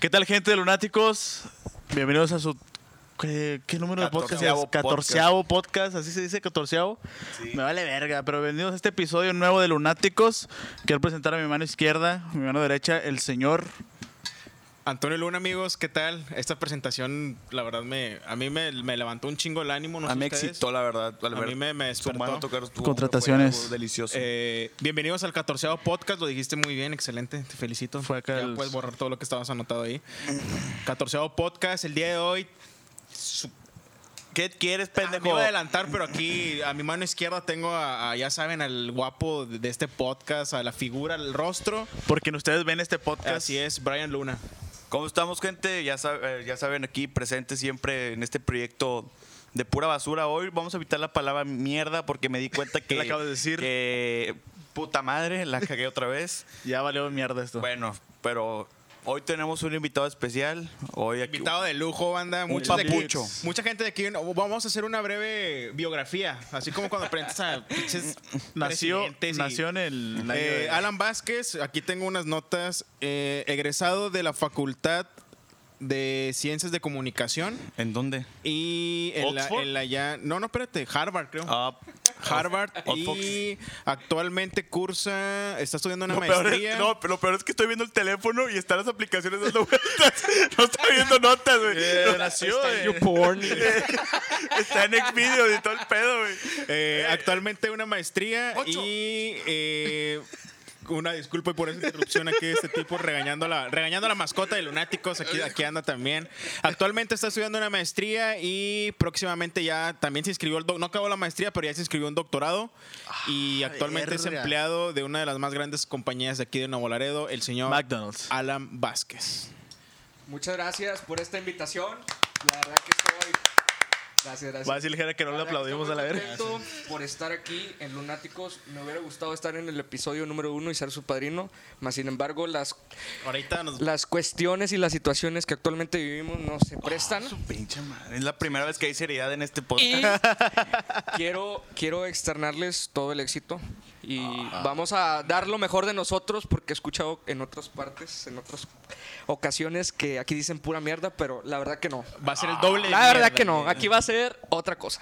¿Qué tal, gente de Lunáticos? Bienvenidos a su. ¿Qué, qué número de podcast es? Catorceavo podcast. Catorceavo podcast, así se dice, catorceavo. Sí. Me vale verga, pero bienvenidos a este episodio nuevo de Lunáticos. Quiero presentar a mi mano izquierda, mi mano derecha, el señor. Antonio Luna, amigos, ¿qué tal? Esta presentación, la verdad, me, a mí me, me levantó un chingo el ánimo. No a sé mí me ustedes. excitó, la verdad. al A ver mí me- me su mano despertó. tocar tu Contrataciones. hombro fue algo delicioso. Eh, bienvenidos al 14 podcast, lo dijiste muy bien, excelente, te felicito. Fue acá Ya el- puedes borrar todo lo que estabas anotado ahí. 14 podcast, el día de hoy. su- ¿Qué quieres, ah, me iba a adelantar, pero aquí a mi mano izquierda tengo, a, a, ya saben, al guapo de de este podcast, a la figura, al rostro. Porque ustedes ven este podcast. Así es, Brian Luna. ¿Cómo estamos, gente? Ya, sab- eh, ya saben, aquí presente siempre en este proyecto de pura basura. Hoy vamos a evitar la palabra mierda porque me di cuenta que. La acabas de decir. que- puta madre, la cagué otra vez. Ya valió mierda esto. Bueno, pero hoy tenemos un invitado especial. Hoy aquí. Invitado de lujo, banda. Mucha, Un de aquí, papucho. mucha gente de aquí. no, Vamos a hacer una breve biografía. Así como cuando presentas a pinches nació, presidentes y- nació en el. año Eh, de- Alan Vázquez, aquí tengo unas notas. eh, egresado de la Facultad de Ciencias de Comunicación ¿En dónde? y en la, ¿Oxford? en la ya. No, no, espérate, Harvard, creo. Ah, Harvard. Oxford. Y actualmente cursa. Está estudiando una Lo peor, maestría. es, no, pero lo peor es que estoy viendo el teléfono y están las aplicaciones dando vueltas. No está viendo notas, güey. Eh, nació Está en en- YouPorn. Está en Xvideos y todo el pedo, güey. Eh, actualmente una maestría Ocho. y eh, una disculpa por esa interrupción aquí de este tipo regañando a la, regañando a la mascota de lunáticos, aquí, aquí anda también. Actualmente está estudiando una maestría y próximamente ya también se inscribió, el doc- no acabó la maestría, pero ya se inscribió un doctorado y actualmente es verga. empleado de una de las más grandes compañías de aquí de Nuevo Laredo, el señor Ah, McDonald's. Alan Vázquez. Muchas gracias por esta invitación. La verdad que estoy. Gracias, gracias. Va a decir ligera que no le La verdad que aplaudimos a estoy la muy verga. contento por estar aquí en Lunáticos. Me hubiera gustado estar en el episodio número uno y ser su padrino. Mas, sin embargo, las, Ahorita nos... las cuestiones y las situaciones que actualmente vivimos no se prestan. pinche madre. Es la primera vez que hay seriedad en este Y podcast. quiero, quiero externarles todo el éxito. Y vamos a dar lo mejor de nosotros porque he escuchado en otras partes, en otras ocasiones, que aquí dicen pura mierda, pero la verdad que no. Va a ser Ah, el doble. de La verdad mierda. que no, aquí va a ser otra cosa.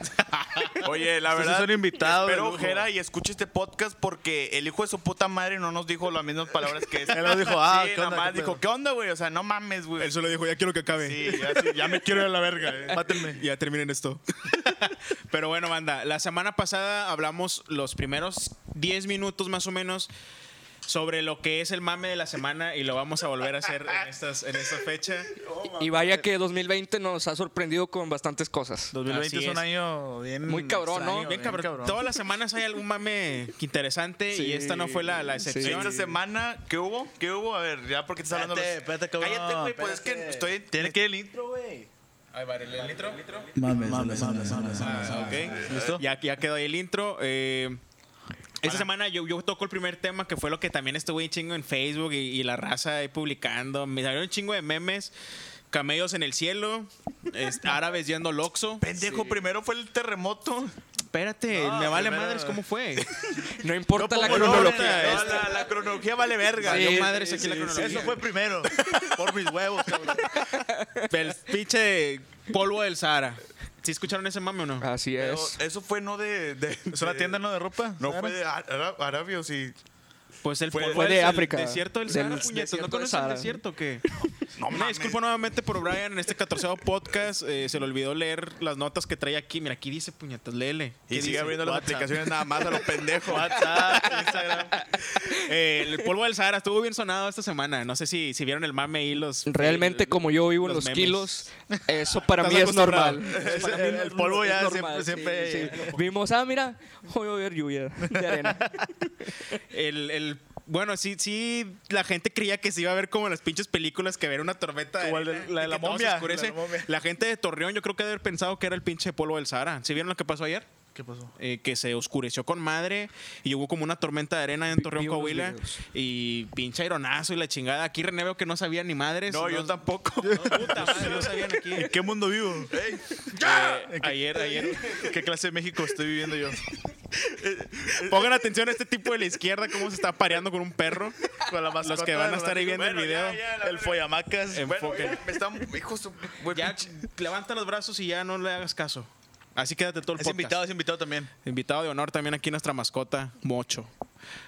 Oye, la Ustedes verdad. son invitados, de Espero, lujo. Jera, y escuche este podcast porque el hijo de su puta madre no nos dijo las mismas palabras que este. Él nos dijo, ah, sí, ¿qué nada onda, más qué dijo, pedo? ¿qué onda, güey? O sea, no mames, güey. Él solo dijo, ya quiero que acabe. Sí, ya, sí, ya me quiero ir a la verga. eh. Mátenme. Ya terminen esto. Pero bueno, banda, la semana pasada hablamos los primeros 10 minutos más o menos sobre lo que es el mame de la semana y lo vamos a volver a hacer en, estas, en esta fecha. Y vaya que 2020 nos ha sorprendido con bastantes cosas. 2020 Así es un es. año bien. Muy cabrón, ¿no? extraño, Bien, cabrón. Todas las semanas hay algún mame interesante Sí. y esta no fue la, la excepción. Esta semana, ¿qué hubo? ¿Qué hubo? A ver, ya porque estás hablando. Espérate, los- espérate, cabrón. Cállate, güey, pues es que Espérate. estoy. Tiene que el intro, güey. Ahí va, ¿el litro? Mames, mames, mames, mames. Ah, ok. ¿Listo? Ya, ya quedó ahí el intro. eh, esta semana yo, yo toco el primer tema que fue lo que también estuve un chingo en Facebook y, y la raza ahí publicando. Me salieron un chingo de memes. Camellos en el cielo, este, árabes yendo al Oxxo. Pendejo, Sí. primero fue el terremoto. Espérate, No, me vale primero- madres cómo fue. No importa la Como no, cronología. no, la, la cronología vale verga. Sí, Valió sí, madres aquí la sí, cronología. Eso fue primero. Por mis huevos, cabrón. el pinche polvo del Sahara. ¿Sí escucharon ese mame o no? Así Pero es. Eso fue no de. de- Es una de- tienda, ¿no? De ropa. No fue de ara- Arabios y. Pues el Fue- polvo fue de del- África, El desierto del del Sahara, puñetos. desierto ¿No del conoces el Sahara. desierto o qué? No Una mames. disculpa nuevamente por Brian en este 14 podcast. eh, se le olvidó leer las notas que trae aquí. Mira, aquí dice puñetas, léele. Y ¿Qué sigue dice? abriendo las WhatsApp. aplicaciones nada más a los pendejos. Eh, el polvo del Sahara estuvo bien sonado esta semana. No sé si, si vieron el mame y los. Realmente, el- como yo vivo en los los, memes. kilos, eso para Estás mí es acostumbrado. normal. Es- el- el polvo ya Es siempre- siempre- Vimos, ah, mira, hoy va a haber lluvia de arena. el- el- bueno, sí, sí, la gente creía que se iba a ver como en las pinches películas que ver una tormenta. de Como el de- arena la de y la que todo se momia, oscurece. la de la momia. La gente de Torreón, yo creo que debe haber pensado que era el pinche polvo del Sahara. ¿Sí vieron lo que pasó ayer? ¿Qué pasó? eh, que se oscureció con madre y hubo como una tormenta de arena en Torreón, vi unos Coahuila videos. y pinche aironazo y la chingada. Aquí René veo que no sabía ni madres. No, yo tampoco. Puta madre, no sabían aquí. ¿En qué mundo vivo? Eh, ayer, ayer. ¿Qué clase de México estoy viviendo yo? Pongan atención a este tipo de la izquierda, cómo se está pareando con un perro. Con la Los que van a estar ahí viendo el video. El follamacas. Enfoque. Me están. Hijo, de su- Pues güey, Ya, pinche- levanta los brazos y ya no le hagas caso. Así quédate todo el Es podcast. invitado, es invitado también. Invitado de honor también aquí nuestra mascota, Mocho.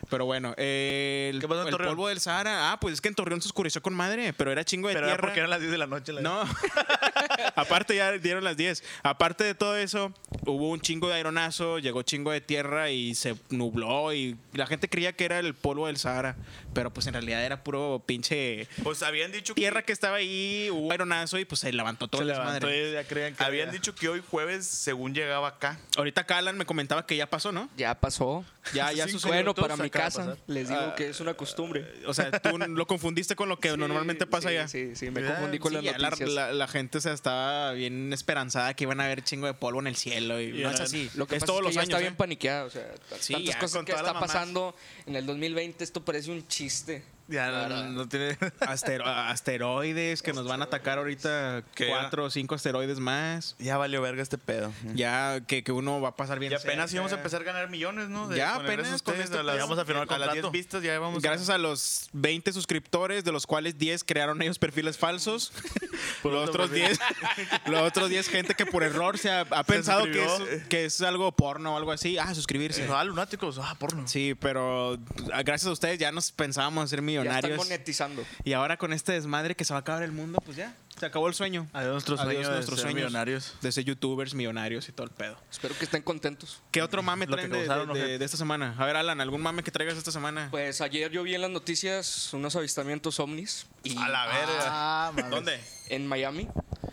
Pero bueno, eh, el, ¿Qué pasó en el Torreón? polvo del Sahara. Ah, pues es que en Torreón se oscureció con madre, pero era chingo de Pero era tierra. porque eran las 10 de la noche. la- No. Aparte ya dieron las 10. Aparte de todo eso, hubo un chingo de aeronazo, llegó chingo de tierra y se nubló y la gente creía que era el polvo del Sahara, pero pues en realidad era puro pinche Pues habían dicho que. tierra que estaba ahí, hubo aeronazo y pues se levantó Se todo el levantó desmadre. y ya creían que Habían era- dicho que hoy jueves, según llegaba acá. Ahorita Calan me comentaba que ya pasó, ¿no? Ya pasó. Ya ya Cinco sucedió. Bueno, minutos para mi acaba de casa, pasar. les digo Ah, que es una costumbre. O sea, tú lo confundiste con lo que Sí, normalmente pasa sí, allá. Sí, sí, me ¿Verdad? confundí con Sí, ya las la, noticias. la- la gente se estaba bien esperanzada que iban a haber chingo de polvo en el cielo y, Y no no. es así. Lo que es pasa todos es que los ya años. está bien ¿eh? paniqueada. O sea, t- Sí, tantas ya, cosas con que todas las está mamás. pasando en el 2020, esto parece un chiste. Ya no- Para- no tiene. Astero- asteroides que nos van a atacar ahorita Que cuatro o cinco asteroides más. Ya valió verga este pedo. Ya que, que uno va a pasar bien. Y apenas cerca. íbamos a empezar a ganar millones, ¿no? Ya con el apenas gracias a con ustedes, este a las, pedo. Vamos a firmar A las contrato. 10 vistas ya vamos. Gracias a los 20 suscriptores, de los cuales 10 crearon ellos perfiles falsos. los, otros 10, los otros 10 gente que por error se ha, ha pensado que suscribió. es, que es algo porno o algo así. Ah, suscribirse. Ah, lunáticos. Ah, porno. Sí, pero pues, gracias a ustedes ya nos pensábamos ser Ya están millonarios. monetizando. Y ahora con este desmadre que se va a acabar el mundo, pues ya, se acabó el sueño. Adiós nuestros Adiós sueños. nuestros Nuestros sueños. sueños. Millonarios. De ser youtubers, millonarios y todo el pedo. Espero que estén contentos. ¿Qué otro mame Lo que traen de, causaron, de- de- ojete. de esta semana? A ver, Alan, ¿algún mame que traigas esta semana? Pues ayer yo vi en las noticias unos avistamientos ovnis. Y A la verga. Ah, mames. ¿Dónde? En Miami.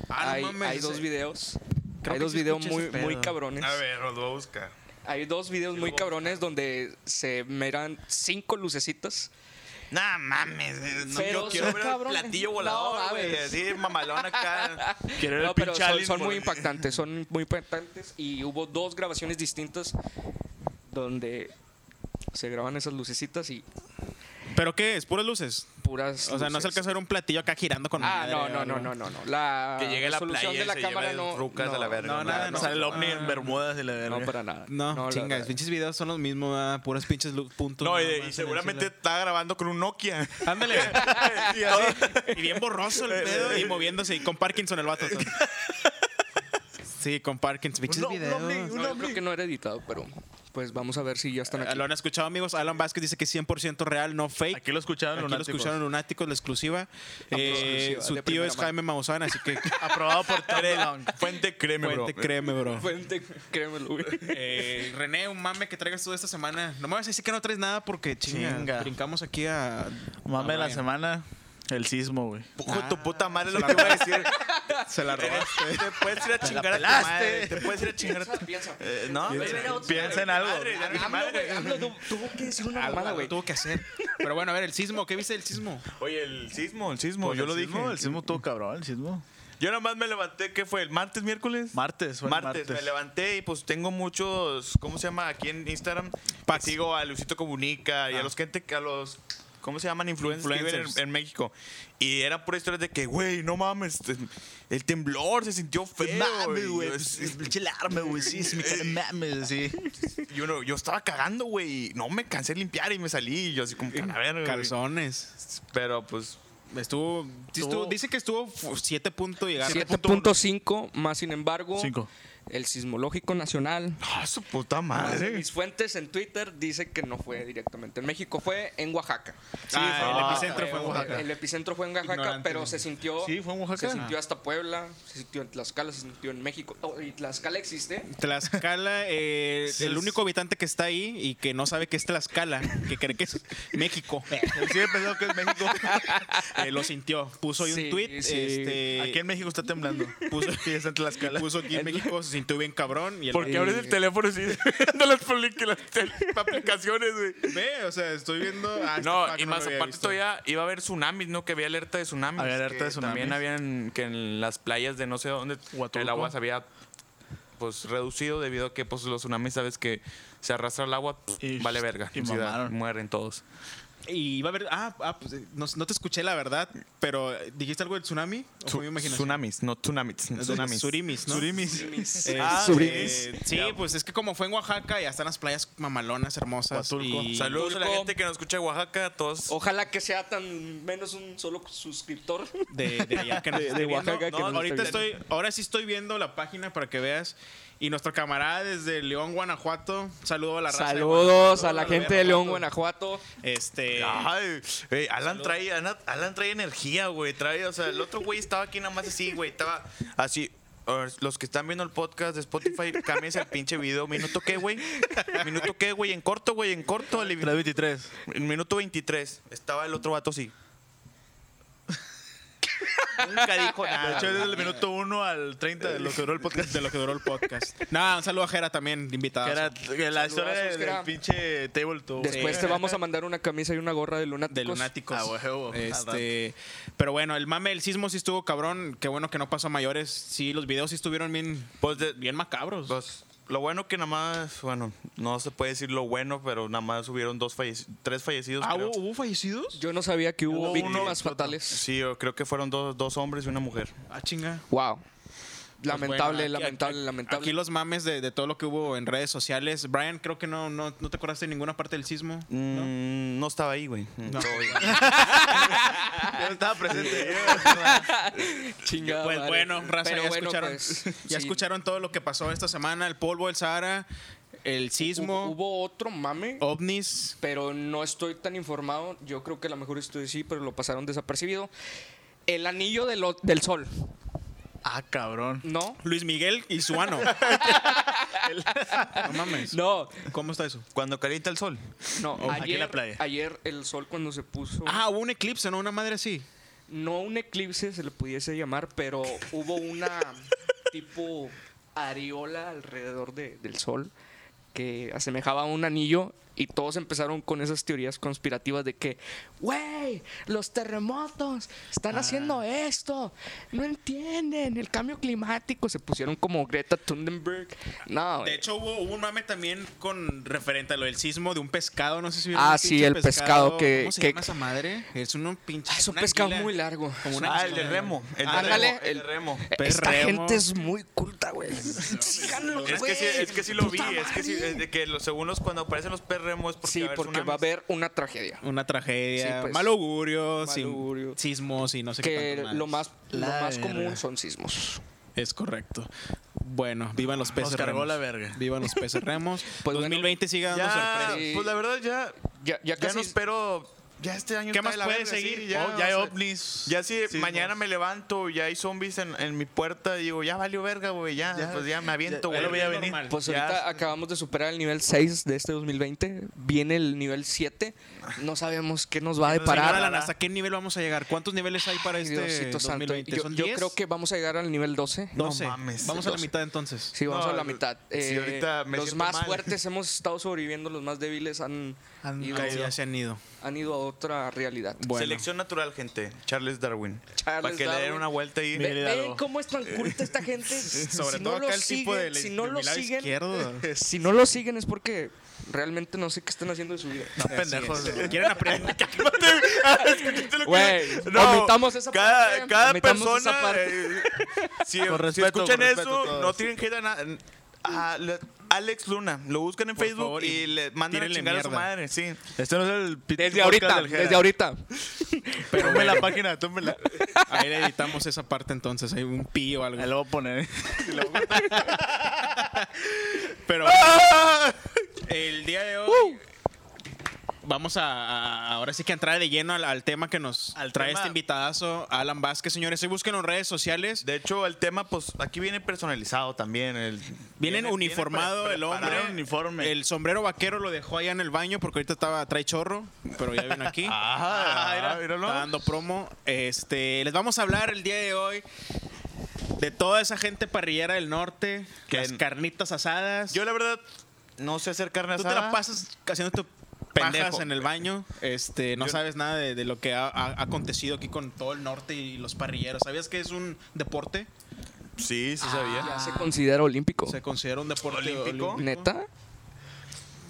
Ah, no hay, mames, hay ese- dos videos. Creo hay que dos sí videos escuché muy, ese pedo. muy cabrones. A ver, los voy a buscar. Hay dos videos muy cabrones donde se miran cinco lucecitas. Nah, mames. eh, No, Pero yo quiero son ver cabrones. el platillo No volador, güey. mames. así, mamalón acá. Quiero ver No, el pero pinche son, alien son muy volador. impactantes, son muy impactantes. Y hubo dos grabaciones distintas donde se graban esas lucecitas y ¿Pero qué es? ¿Puras luces? puras. O sea, no se luces. alcanza a ver un platillo acá girando con Ah, madre no, o no, no, algo. no, no, no. La Que llegue a la resolución playa y de la se cámara lleve no. rucas no, a la verga. no, nada, O no. sea, el Ah. ovni en Bermudas y la verga. No, para nada. No, la chingas, verdad. pinches videos son los mismos, ¿verdad? puras pinches lu- puntos. No, y, nada de- más en y el seguramente cielo. está grabando con un Nokia. Ándale. y, así, y bien borroso Eh, el pedo y moviéndose y con Parkinson el vato. sí, con Parkinson. Pinches No, videos. Ah, no, No, yo creo que no era editado, pero pues vamos a ver si ya están aquí. Lo han escuchado, amigos. Alan Vázquez dice que es 100% real, no fake. Aquí lo escucharon, Aquí lunáticos. lo escucharon lunáticos, la exclusiva. Eh, exclusiva, su de tío primera es mano. Jaime Maussan, así que Aprobado por Tom DeLonge. Fuente, créeme, fuente, bro. eh, créeme, bro. Fuente, créemelo, güey. Eh, René, un mame que traigas tú esta semana. No me vas a decir que no traes nada porque chinga, Chinga. brincamos aquí a. Mame de la Ryan. semana. El sismo, güey. Hijo de tu ah, puta madre es lo que iba a decir. Se la robaste. Te puedes ir a chingar a tu pelaste. madre. Te puedes ir a chingar a tu... Piensa. Eh, no, Piensa en algo. Madre, ya no hay AMLO, güey, madre. AMLO tu- tuvo que decir una Algo- mamada, algo güey. tuvo que hacer. Pero bueno, a ver, el sismo. ¿Qué viste del sismo? Oye, el sismo, el sismo, Pues yo el lo sismo, dije. El sismo todo cabrón, el sismo. Yo nomás me levanté, ¿qué fue? ¿El martes, miércoles? Martes, fue el martes, martes. me levanté y pues tengo muchos, ¿cómo se llama? Aquí en Instagram, Packs. sigo a Luisito Comunica y a los gente, a los, ¿cómo se llaman? Influencers, que viven Influencers. en, en México. Y eran puras historias de que, güey, no mames, te- el temblor se sintió Pues feo. y yo- Pinche alarma, güey. Sísmica, no mames, sí. yo, no- yo estaba cagando, güey, y no me cansé de limpiar y me salí y yo así como, "A la verga, güey". Calzones. Pero pues, Estuvo, sí estuvo- Estuvo- Dice que estuvo 7 puntos llegar. 7.5, más sin embargo, Cinco. el sismológico nacional, ah, su puta más de madre. mis fuentes en Twitter, dice que no fue directamente en México, fue en Oaxaca. Ah, fue- el ah, epicentro fue en Oaxaca. El epicentro fue en Oaxaca, Ignorante. pero se sintió, Sí, fue en Oaxaca. se sintió hasta Puebla, se sintió en Tlaxcala, se sintió en México. Oh, y Tlaxcala existe. Tlaxcala, eh, Sí, el es- único habitante que está ahí y que no sabe que es Tlaxcala, que cree que es México, Sí, he pensado que es México. eh, lo sintió. Puso ahí un Sí, tweet. sí. Este, Aquí en México está temblando. puso, puso aquí en México, se sintió bien cabrón. Y el- Porque abres el teléfono y viendo las, public- las tel- aplicaciones, güey. Ve, o sea, estoy viendo. ah, este No, pack y lo más había aparte visto. todavía iba a haber tsunamis, ¿no? Que había alerta de tsunamis. Había alerta que de tsunamis. También habían que en las playas de no sé dónde Huatulco. el agua se había pues reducido debido a que pues los tsunamis sabes que se arrastra el agua, pff, Y- vale verga, y sí da, mamaron. mueren todos. Y va a haber. Ah, ah, pues, eh, no, no te escuché la verdad, pero eh, ¿dijiste algo de tsunami? ¿O fue mi imaginación? Tsunamis, no tsunamis, tsunamis. Surimis, ¿no? Surimis. Eh, Ah, eh, sí, Ya. pues es que como fue en Oaxaca, ya están las playas mamalonas, hermosas. Huatulco. Y Saludos a la Pulpo. gente que nos escucha de Oaxaca, a todos. Ojalá que sea tan menos un solo suscriptor. de, de allá que nos De- esté de viendo. Oaxaca que No, nos esté ahorita viendo. estoy, ahora sí estoy viendo la página para que veas. Y nuestro camarada desde León, Guanajuato. Saludo a la raza. de Saludos Guanajuato, a la gente de León, Guanajuato. Este. Ay, eh, Alan trae, Alan, Alan trae energía, güey. Trae, o sea, el otro güey estaba aquí nada más así, güey. Estaba así. A ver, Los que están viendo el podcast de Spotify, cámbiense el pinche video. ¿Minuto qué, güey? ¿Minuto qué, güey? En corto, güey, en corto. el- 323. En minuto 23. Estaba el otro vato así. Nunca dijo De nada. hecho, güey. desde el minuto 1 al 30 de lo que duró el podcast. de lo que duró el podcast. Nada, un saludo a Jera también, invitada. Que era que la historia Saludazos, del, que era- pinche table to Después te vamos a mandar una camisa y una gorra de lunáticos. de lunáticos. Ah, huevo. Este, pero bueno, el mame del sismo sí estuvo cabrón. Qué bueno que no pasó a mayores. Sí, los videos sí estuvieron bien, Pues, de- bien macabros. pues, lo bueno que nada más, bueno, no se puede decir lo bueno, pero nada más hubieron dos falle- tres fallecidos. ah, creo. ¿hubo, hubo fallecidos? Yo no sabía que hubo Hubo uno, víctimas fatales. Sí, yo creo que fueron dos, dos hombres y una mujer. Ah, chinga. Wow. Pues bueno, Lamentable, aquí- lamentable, aquí- lamentable. Aquí los mames de, de todo lo que hubo en redes sociales. Brian, creo que no, no, no te acordaste de ninguna parte del sismo. Mm, no estaba ahí, güey. No. Yo no estaba presente. Chingada Pues madre. bueno, raza, Pero ya bueno, escucharon. pues, ya sí. escucharon todo lo que pasó esta semana: el polvo del Sahara, el sismo, Hubo, hubo otro mame, Oh. ovnis. pero no estoy tan informado. Yo creo que a lo mejor estoy sí, pero lo pasaron desapercibido. El anillo del o- del sol, Ah, cabrón. ¿no? Luis Miguel y su ano. no mames. No, ¿Cómo está eso? Cuando calienta el sol. no. Oh, aquí ayer, en la playa. ayer el sol cuando se puso, Ah, hubo un eclipse, ¿no? Una madre así. no un eclipse se le pudiese llamar, pero hubo una tipo areola alrededor de- del sol que asemejaba a un anillo y todos empezaron con esas teorías conspirativas de que, güey, los terremotos Ah. están haciendo esto, no entienden el cambio climático, se pusieron como Greta Thunberg. No, De güey. hecho, hubo, hubo un mame también con referente a lo del sismo de un pescado. No sé si vieron Ah, un sí, pinche el pescado que- ¿Cómo se que- llama esa madre? Es un pinche. Ah, es un una pescado anguila. muy largo. Como una Ah, el anguila. de remo. El de Ándale, remo. El de remo. Esta perreo. gente es muy culta, güey. Síganlo, Es que, sí, güey. es que sí lo vi, Puta es que sí, madre. es de que los, según los, cuando aparecen los perremos es porque, Sí, va a haber porque va a tsunamis. haber una tragedia. Una tragedia. Sí, pues. mal augurio, Mal sin- augurio. sismos y no sé qué. que tantas lo madres. más, lo La más verga. común son sismos. Es correcto. Bueno, vivan los peces cargó remos. la verga. Vivan los peces remos. Pues bueno. 2020 siga dando Ya, sorpresas. Sí. pues la verdad ya, Ya, ya ya casi no espero, ya este año ¿Qué está más de la puede verga, seguir? sí, Oh, Ya, ya, ya hay o sea, ovnis. Ya si Sí, mañana no. me levanto y hay zombies en, en mi puerta, digo, ya valió verga, güey, ya, Ya, pues ya me aviento, ya güey. lo veía venir. Normal. pues ya- ahorita acabamos de superar el nivel 6 de este 2020. Viene el nivel 7. No sabemos qué nos va a Señora deparar. Lana, ¿Hasta qué nivel vamos a llegar? ¿cuántos niveles hay para Ay, este Diosito santo. 2020? Yo, ¿Son yo 10? creo que vamos a llegar al nivel 12. 12. mames, Vamos a la 12. mitad entonces. Sí, vamos No, a la mitad. sí, Eh, ahorita me los siento más mal. fuertes hemos estado sobreviviendo, los más débiles han, Han ido, Ya se han ido. han ido a otra realidad. Bueno. Selección natural, gente. Charles Darwin. Charles Para que le den Darwin. una vuelta ahí. Ve- Miguel ve Hidalgo. cómo es tan culta esta gente. Sobre si todo no lo acá el tipo siguen, de, si no de lo mi lado siguen, izquierdo. Si no lo siguen es porque realmente no sé qué están haciendo de su vida. Están pendejos. güey. Quieren aprender. Güey, No, omitamos esa Cada, parte, cada omitamos esa persona. parte. eh, si, Con si respeto, con escuchan respeto a eso, todos. no tienen que ir a nada. A la- Alex Luna, lo buscan en Por Facebook favor, y, y le mandan a tírenle chingar a su mierda. madre, sí. Este no es el pinche desde podcast ahorita, del Jera. desde ahorita. Pero tómela la página, tómela. Ahí le editamos esa parte entonces. Hay un pi o algo. Ahí lo voy a poner. ¿eh? Pero el día de hoy vamos a, a- ahora sí que entrar de lleno al, al tema que nos Al trae tema. este invitadazo, Alan Vázquez, señores. Ahí búsquenlo en redes sociales. De hecho, el tema, pues aquí viene personalizado también. El, Vienen uniformado pre- el hombre. preparado. Uniforme. El sombrero vaquero lo dejó allá en el baño porque ahorita estaba trae chorro, pero ya vino aquí. Ah, Ah, mira, míralo. está dando promo. Este, les vamos a hablar el día de hoy de toda esa gente parrillera del norte, Que las en- carnitas asadas. Yo, la verdad, no sé hacer carne Tú asada. te la pasas haciendo tu Pendejo. pendejas en el baño. Este, no Yo- sabes nada de, de lo que ha, ha- ha acontecido aquí con todo el norte y los parrilleros. ¿Sabías que es un deporte? Sí, sí sabía. Ah. Ya se considera olímpico. Se considera un deporte olímpico. ¿Neta?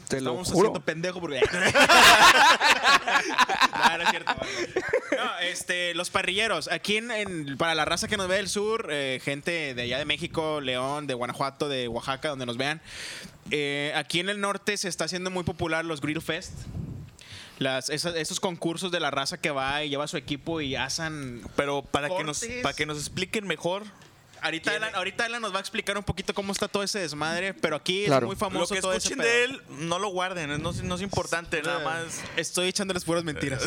Te lo Estamos juro. haciendo pendejo porque. Ah, no es cierto. No, este, los parrilleros. Aquí en, en- para la raza que nos ve del sur, eh, gente de allá de México, León, de Guanajuato, de Oaxaca, donde nos vean. eh, aquí en el norte se está haciendo muy popular los Grill Fest. Las, esas- esos concursos de la raza que va y lleva su equipo y hacen Pero para que, nos, Cortes. para que nos expliquen mejor, Ahorita Alan, ahorita Alan nos va a explicar un poquito cómo está todo ese desmadre, pero aquí Claro. es muy lo famoso que todo ese escuchen pedo. de él, no lo guarden, no, es- no es importante, nada más. Estoy echándoles puras mentiras.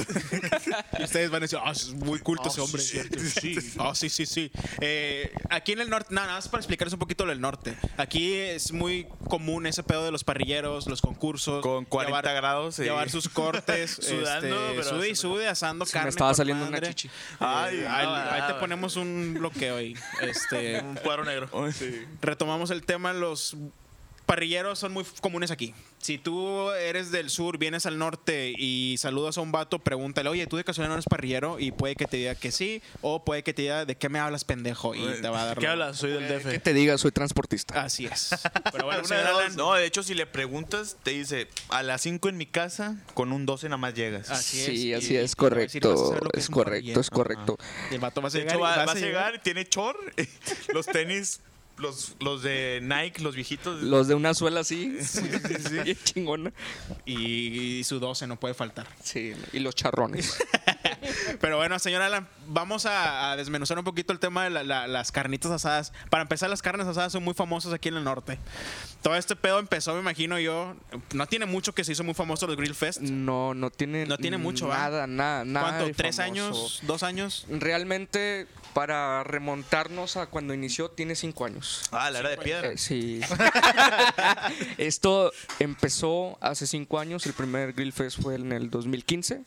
Y Ustedes van a decir, ah, es muy culto ese hombre. Sí, Ah, sí, sí, sí. Eh, aquí en el norte, nada nada más para explicarles un poquito lo del norte. Aquí es muy común ese pedo de los parrilleros, los concursos. Con 40 llevar- grados, sí. Llevar sus cortes. sudando, Sudando, pero Sude y haciendo- sude, asando carne. me estaba por saliendo madre. una chichi. Ay, Eh, ahí, ah, ahí te ah, ponemos un bloqueo ahí. Este, Un cuadro negro. retomamos el tema, los parrilleros son muy comunes aquí. Si tú eres del sur, vienes al norte y saludas a un vato, pregúntale, oye, ¿tú de casualidad no eres parrillero? Y puede que te diga que sí, o puede que te diga, ¿de qué me hablas, pendejo? Y te va a dar... ¿Qué la- hablas? Soy del ¿Qué DF. te diga? Soy transportista. Así es. Pero Ah, Alguna bueno, de señor las Alan, dos. No, de hecho, si le preguntas, te dice a las 5 en mi casa, con un 12 nada más llegas. así es. sí, y- así y es, te va a decir, "Vas a correcto. saber lo que Es, un correcto, es parrillero". correcto. Y el vato va a De llegar, hecho, y va, vas va a llegar, tiene chor, los tenis, los, los de Nike, los viejitos. Los de una suela así, bien chingona. y, y su 12 no puede faltar. Sí, y los charrones. Pero bueno, señora Alan, vamos a, a desmenuzar un poquito el tema de la- la- las carnitas asadas. Para empezar, las carnes asadas son muy famosas aquí en el norte. Todo este pedo empezó, me imagino yo. No tiene mucho que se hizo muy famoso los Grill Fest. No, no tiene No tiene mucho, ¿va? nada, nada, nada. ¿Cuánto? de ¿Tres famoso. años? ¿Dos años? Realmente, para remontarnos a cuando inició, tiene cinco años. Ah, la era de piedra. Eh, sí. Esto empezó hace cinco años. El primer Grill Fest fue en el 2015.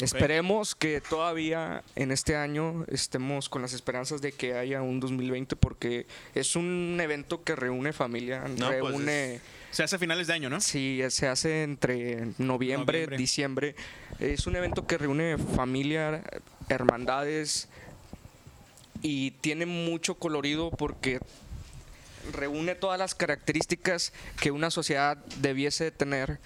Esperemos que todavía en este año estemos con las esperanzas de que haya un 2020 porque es un evento que reúne familia, No, pues, reúne... Se hace a finales de año, ¿no? Sí, eh, se hace entre noviembre, Noviembre. diciembre. Es un evento que reúne familia, hermandades y tiene mucho colorido porque reúne todas las características que una sociedad debiese tener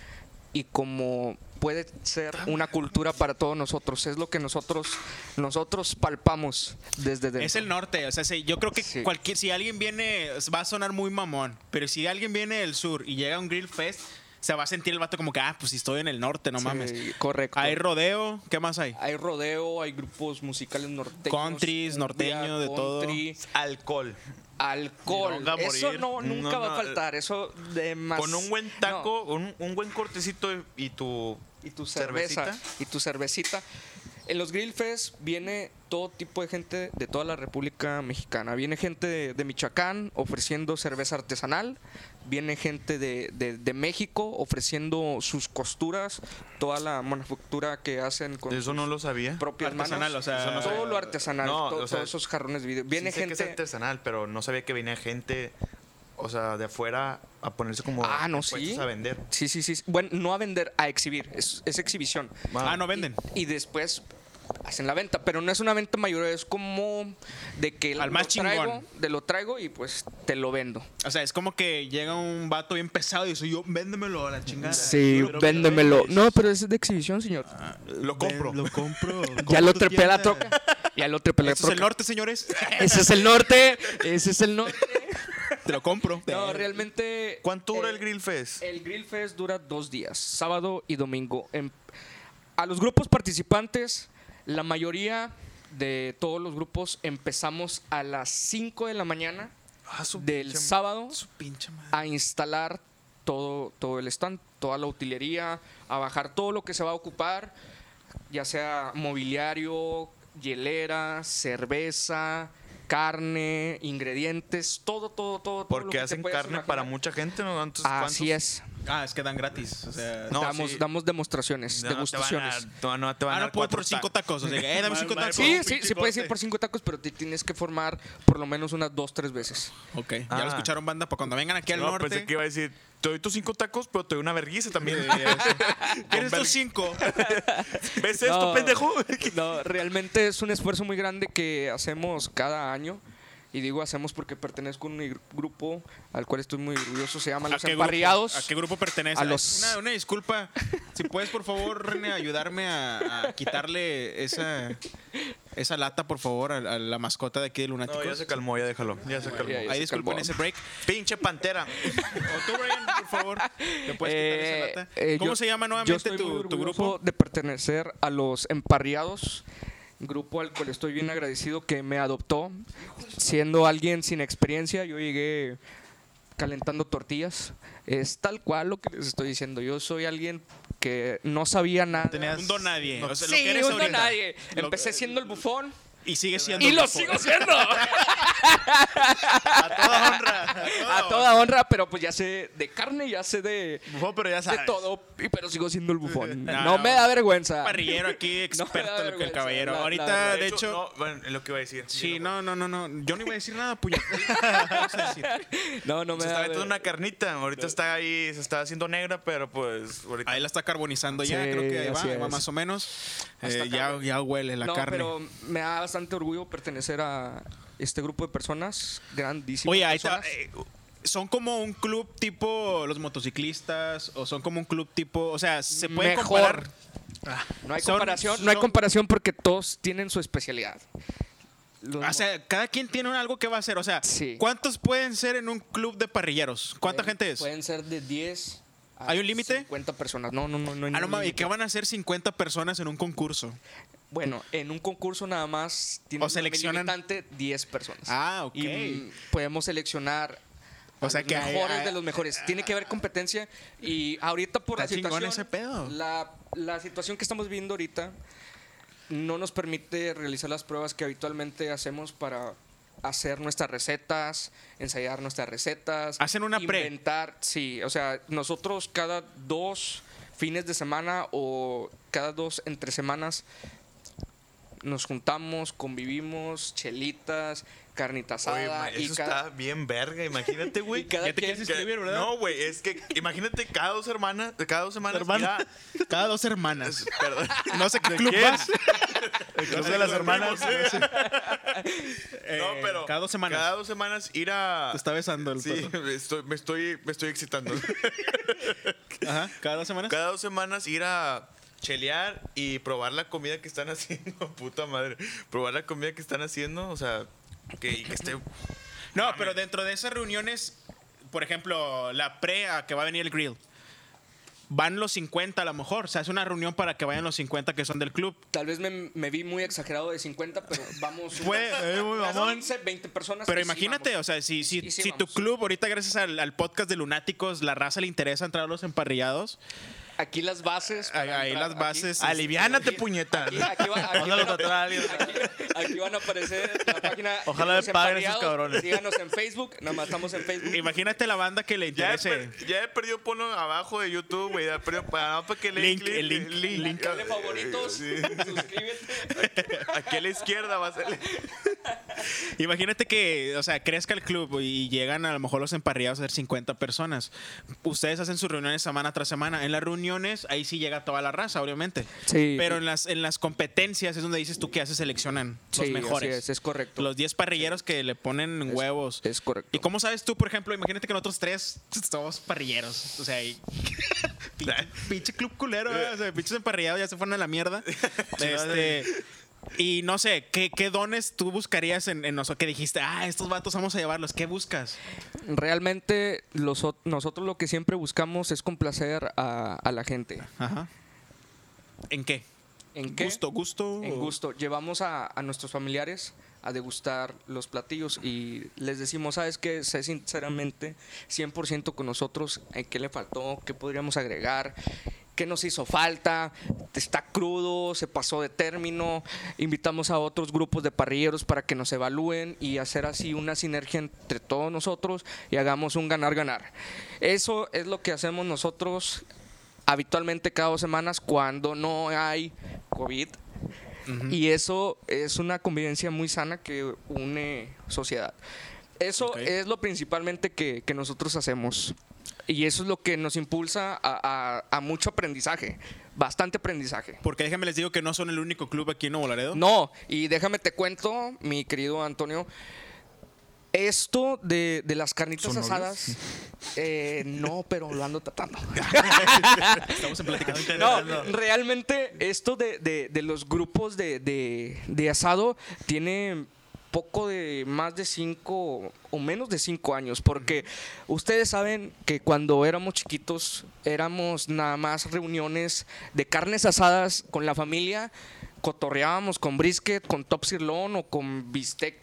y como puede ser Ah, una cultura para todos nosotros. Es lo que nosotros nosotros palpamos desde dentro. Es el norte, o sea, sí, yo creo que Sí. cualquier, si alguien viene, va a sonar muy mamón, pero si alguien viene del sur y llega a un Grill Fest, se va a sentir el vato como que, ah, pues si estoy en el norte, no Sí, mames. correcto. Hay rodeo, ¿qué más hay? Hay rodeo, hay grupos musicales norteños. Countries, norteño, de todo. country, Alcohol. No, Alcohol. va a Eso morir. no, nunca No, va a no, faltar. Eso de más. Con un buen taco, un, un buen cortecito y- y tu. no, Y tu cerveza. cervecita. Y tu cervecita. En los Grill Fest viene todo tipo de gente de toda la República Mexicana. Viene gente de, de Michoacán ofreciendo cerveza artesanal. Viene gente de, de- de México ofreciendo sus costuras, toda la manufactura que hacen con Eso no lo sabía. propias Artesanal, manos. o sea, Eso no todo sabía. lo artesanal, No, to- o sea, todos esos jarrones vidrio. Sí Viene sé que es gente artesanal, pero no sabía que venía gente, o sea, de afuera a ponerse como. Ah, no, dispuestos sí. a vender. Sí, sí, sí. Bueno, no a vender, a exhibir. Es, es exhibición. Ah, no venden. Y después hacen la venta, pero no es una venta mayor, es como de que Al más lo traigo, chingón. de lo traigo y pues te lo vendo. O sea, es como que llega un vato bien pesado y dice, yo, véndemelo a la chingada. Sí, véndemelo. No, pero es de exhibición, señor. Ah, Lo compro. Lo compro. ya lo trepé trepé a la troca. Ya lo trepé a la Eso Este es el troca. norte, señores. Ese es el norte. Ese es el norte. Te lo compro. No, realmente. ¿Cuánto dura eh, el Grill Fest? El Grill Fest dura dos días, sábado y domingo. En- a los grupos participantes, la mayoría de todos los grupos empezamos a las 5 de la mañana Ah, su del pinche- sábado Pinche madre. a instalar todo, todo el stand, toda la utilería, a bajar todo lo que se va a ocupar, ya sea mobiliario, hielera, cerveza, carne, ingredientes, todo, todo, todo. todo lo que Porque te hacen puedas carne para imaginar. mucha gente, ¿no? Entonces, Así ¿cuántos? es. Ah, es que dan gratis. O sea, No, damos, sí. damos demostraciones, No, no te van a degustaciones. dar- no, no te van a ah, dar no puedo por cuatro cinco tacos. tacos. O sea, eh, dame cinco tacos. Sí, sí, sí puedes ir por cinco tacos, pero te tienes que formar por lo menos unas dos, tres veces. Ok, ya Ah. lo escucharon, banda. Para cuando vengan aquí al no, norte. pensé que iba a decir, te doy tus cinco tacos, pero te doy una vergüenza también. ¿Quieres tus cinco? ¿Ves No. esto, pendejo? No, realmente es un esfuerzo muy grande que hacemos cada año Y digo hacemos porque pertenezco a un gr- grupo al cual estoy muy orgulloso. Se llama Los qué grupo- Emparriados. ¿A qué grupo pertenece? A los- Una, una disculpa. Si puedes, por favor, René, ayudarme a, a quitarle esa, esa lata, por favor, a, a la mascota de aquí de No, Lunáticos. ya se calmó, ya déjalo. Ya se calmó. Ya, ya Ahí se disculpen calmó. ese break. Pinche pantera. O tú, Brian, por favor, ¿te puedes Eh, quitar esa lata? eh, Pues, ¿Cómo yo- se llama yo nuevamente estoy muy tu, tu orgulloso grupo? De pertenecer a los Emparriados, grupo al cual estoy bien agradecido que me adoptó. Siendo alguien sin experiencia, yo llegué calentando tortillas. Es tal cual lo que les estoy diciendo. Yo soy alguien que no sabía nada. Un don nadie. o sea, lo Sí, que eres un don ahorita. nadie. Lo- Empecé siendo el bufón Y sigue siendo. y el lo mejor. sigo siendo. a toda honra. A toda honra, pero pues ya sé de carne, ya sé de, Bufón, pero ya de sabes. todo, y- pero sigo siendo el bufón. No, No, no. me da vergüenza. Parrillero aquí, No me da experto en lo que el vergüenza, caballero. la- la Ahorita, Ah, verdad. de hecho. no, bueno, es lo que iba a decir. Sí, no, no, no, no. Yo no iba a decir nada, puñal. ¿Qué ibas a decir? No, no me Se da está metiendo vergüenza. una carnita. Ahorita está ahí, se está haciendo negra, pero pues ahorita. Ahí la está carbonizando ya, Sí, creo que ahí va, así ahí va es. más o menos. Eh, ya, ya huele la no, carne. pero me da bastante orgullo pertenecer a este grupo de personas, grandísimas Oye, ahí está. personas. eh, son como un club tipo los motociclistas o son como un club tipo, o sea, se puede Mejor. comparar. no hay son- comparación, no hay son- comparación porque todos tienen su especialidad. Los O sea, cada quien tiene un- algo que va a hacer. O sea, Sí. ¿cuántos pueden ser en un club de parrilleros? ¿Cuánta Pueden- gente es? Pueden ser de 10 a ¿Hay un límite? 50 personas. No, no, no. no Ah, no hay ningún mames, ¿y límite. qué van a hacer 50 personas en un concurso? Bueno, en un concurso nada más tiene O seleccionan- 10 personas. Ah, ok. Y mm, podemos seleccionar O o sea sea, los que hay- mejores hay- de los mejores. Tiene que haber competencia y ahorita por la Está chingón situación ese pedo. La, la situación que estamos viviendo ahorita no nos permite realizar las pruebas que habitualmente hacemos para hacer nuestras recetas, ensayar nuestras recetas. Hacen una pre. Inventar, sí. O sea, nosotros cada dos fines de semana o cada dos entre semanas nos juntamos, convivimos, chelitas, carnita Oye, asada. ma, y eso cada- está bien verga, imagínate, güey. Y cada Ya te quien- quieres inscribir, ¿verdad? No, güey, es que imagínate cada dos hermanas, cada dos semanas. Hermana. mira, Cada dos hermanas. perdón. No sé qué club quién? vas. El club de las hermanas. Eh, cada dos semanas. Cada dos semanas ir a. Te está besando el Sí, perro. me estoy, me estoy, me estoy excitando. Ajá, cada dos semanas. Cada dos semanas ir a chelear y probar la comida que están haciendo. Puta madre. Probar la comida que están haciendo. O sea, que, y que esté. No, pero dentro de esas reuniones, por ejemplo, la pre a que va a venir el grill. Van los 50 a lo mejor. O sea, es una reunión para que vayan los 50 que son del club. Tal vez me, me vi muy exagerado de 50, pero vamos. Fue, eh, muy unas mamón. 15, 20 personas. Pero que sí imagínate, vamos. o sea, si, si, Y sí si tu vamos. club, ahorita gracias al, al podcast de Lunáticos, la raza le interesa entrar a los emparrillados, Aquí las bases. ahí, para ahí entrar, las bases. Aquí, Aliviánate, puñeta. aquí- aquí va- Vamos aquí a van a- contratar a alguien. aquí- aquí van a aparecer la página. de Ojalá los le paguen esos empareados. cabrones. Síganos en Facebook. Nada más estamos en Facebook. Imagínate la banda que le Ya he, interese. per- ya he perdido ponlo abajo de YouTube, güey. Ya he perdido para, para que le den Link, el link, link. Dale favoritos. Sí. Suscríbete. Aquí a la izquierda va a ser. Imagínate que, o sea, crezca el club y llegan a lo mejor los emparrillados a ser 50 personas. Ustedes hacen sus reuniones semana tras semana. En las reuniones, ahí sí llega toda la raza, obviamente. Sí. Pero en las, en las competencias es donde dices tú que haces seleccionan los Sí, mejores. así es, es correcto. Los 10 parrilleros que le ponen Es- huevos. es correcto. ¿Y cómo sabes tú, por ejemplo, imagínate que nosotros tres somos parrilleros? O sea, y- pinche, pinche club culero, ¿eh? o sea, pinches emparrillados ya se fueron a la mierda. Este, y no sé, ¿qué, qué dones tú buscarías en, en nosotros? Que dijiste, ah, estos vatos vamos a llevarlos. ¿Qué buscas? Realmente, los ot- nosotros lo que siempre buscamos es complacer a, a la gente. Ajá. ¿En qué? ¿En qué? Gusto, gusto. En o- gusto. Llevamos a, a nuestros familiares a degustar los platillos y les decimos, ¿sabes qué? Sé sinceramente 100% con nosotros en qué le faltó, qué podríamos agregar, qué nos hizo falta, está crudo, se pasó de término. Invitamos a otros grupos de parrilleros para que nos evalúen y hacer así una sinergia entre todos nosotros y hagamos un ganar-ganar. Eso es lo que hacemos nosotros habitualmente cada dos semanas cuando no hay COVID. Y eso es una convivencia muy sana que une sociedad. Eso Ok. es lo principalmente que, que nosotros hacemos. Y eso es lo que nos impulsa a, a- a mucho aprendizaje, bastante aprendizaje. Porque déjenme les digo que no son el único club aquí en Nuevo Laredo. No, y déjame te cuento, mi querido Antonio, Esto de, de las carnitas asadas, eh, no, pero lo ando tratando. Estamos en platicando No, realmente esto de, de- de los grupos de, de- de asado tiene poco de más de cinco o menos de cinco años, porque ustedes saben que cuando éramos chiquitos éramos nada más reuniones de carnes asadas con la familia, cotorreábamos con brisket, con top sirloin o con bistec.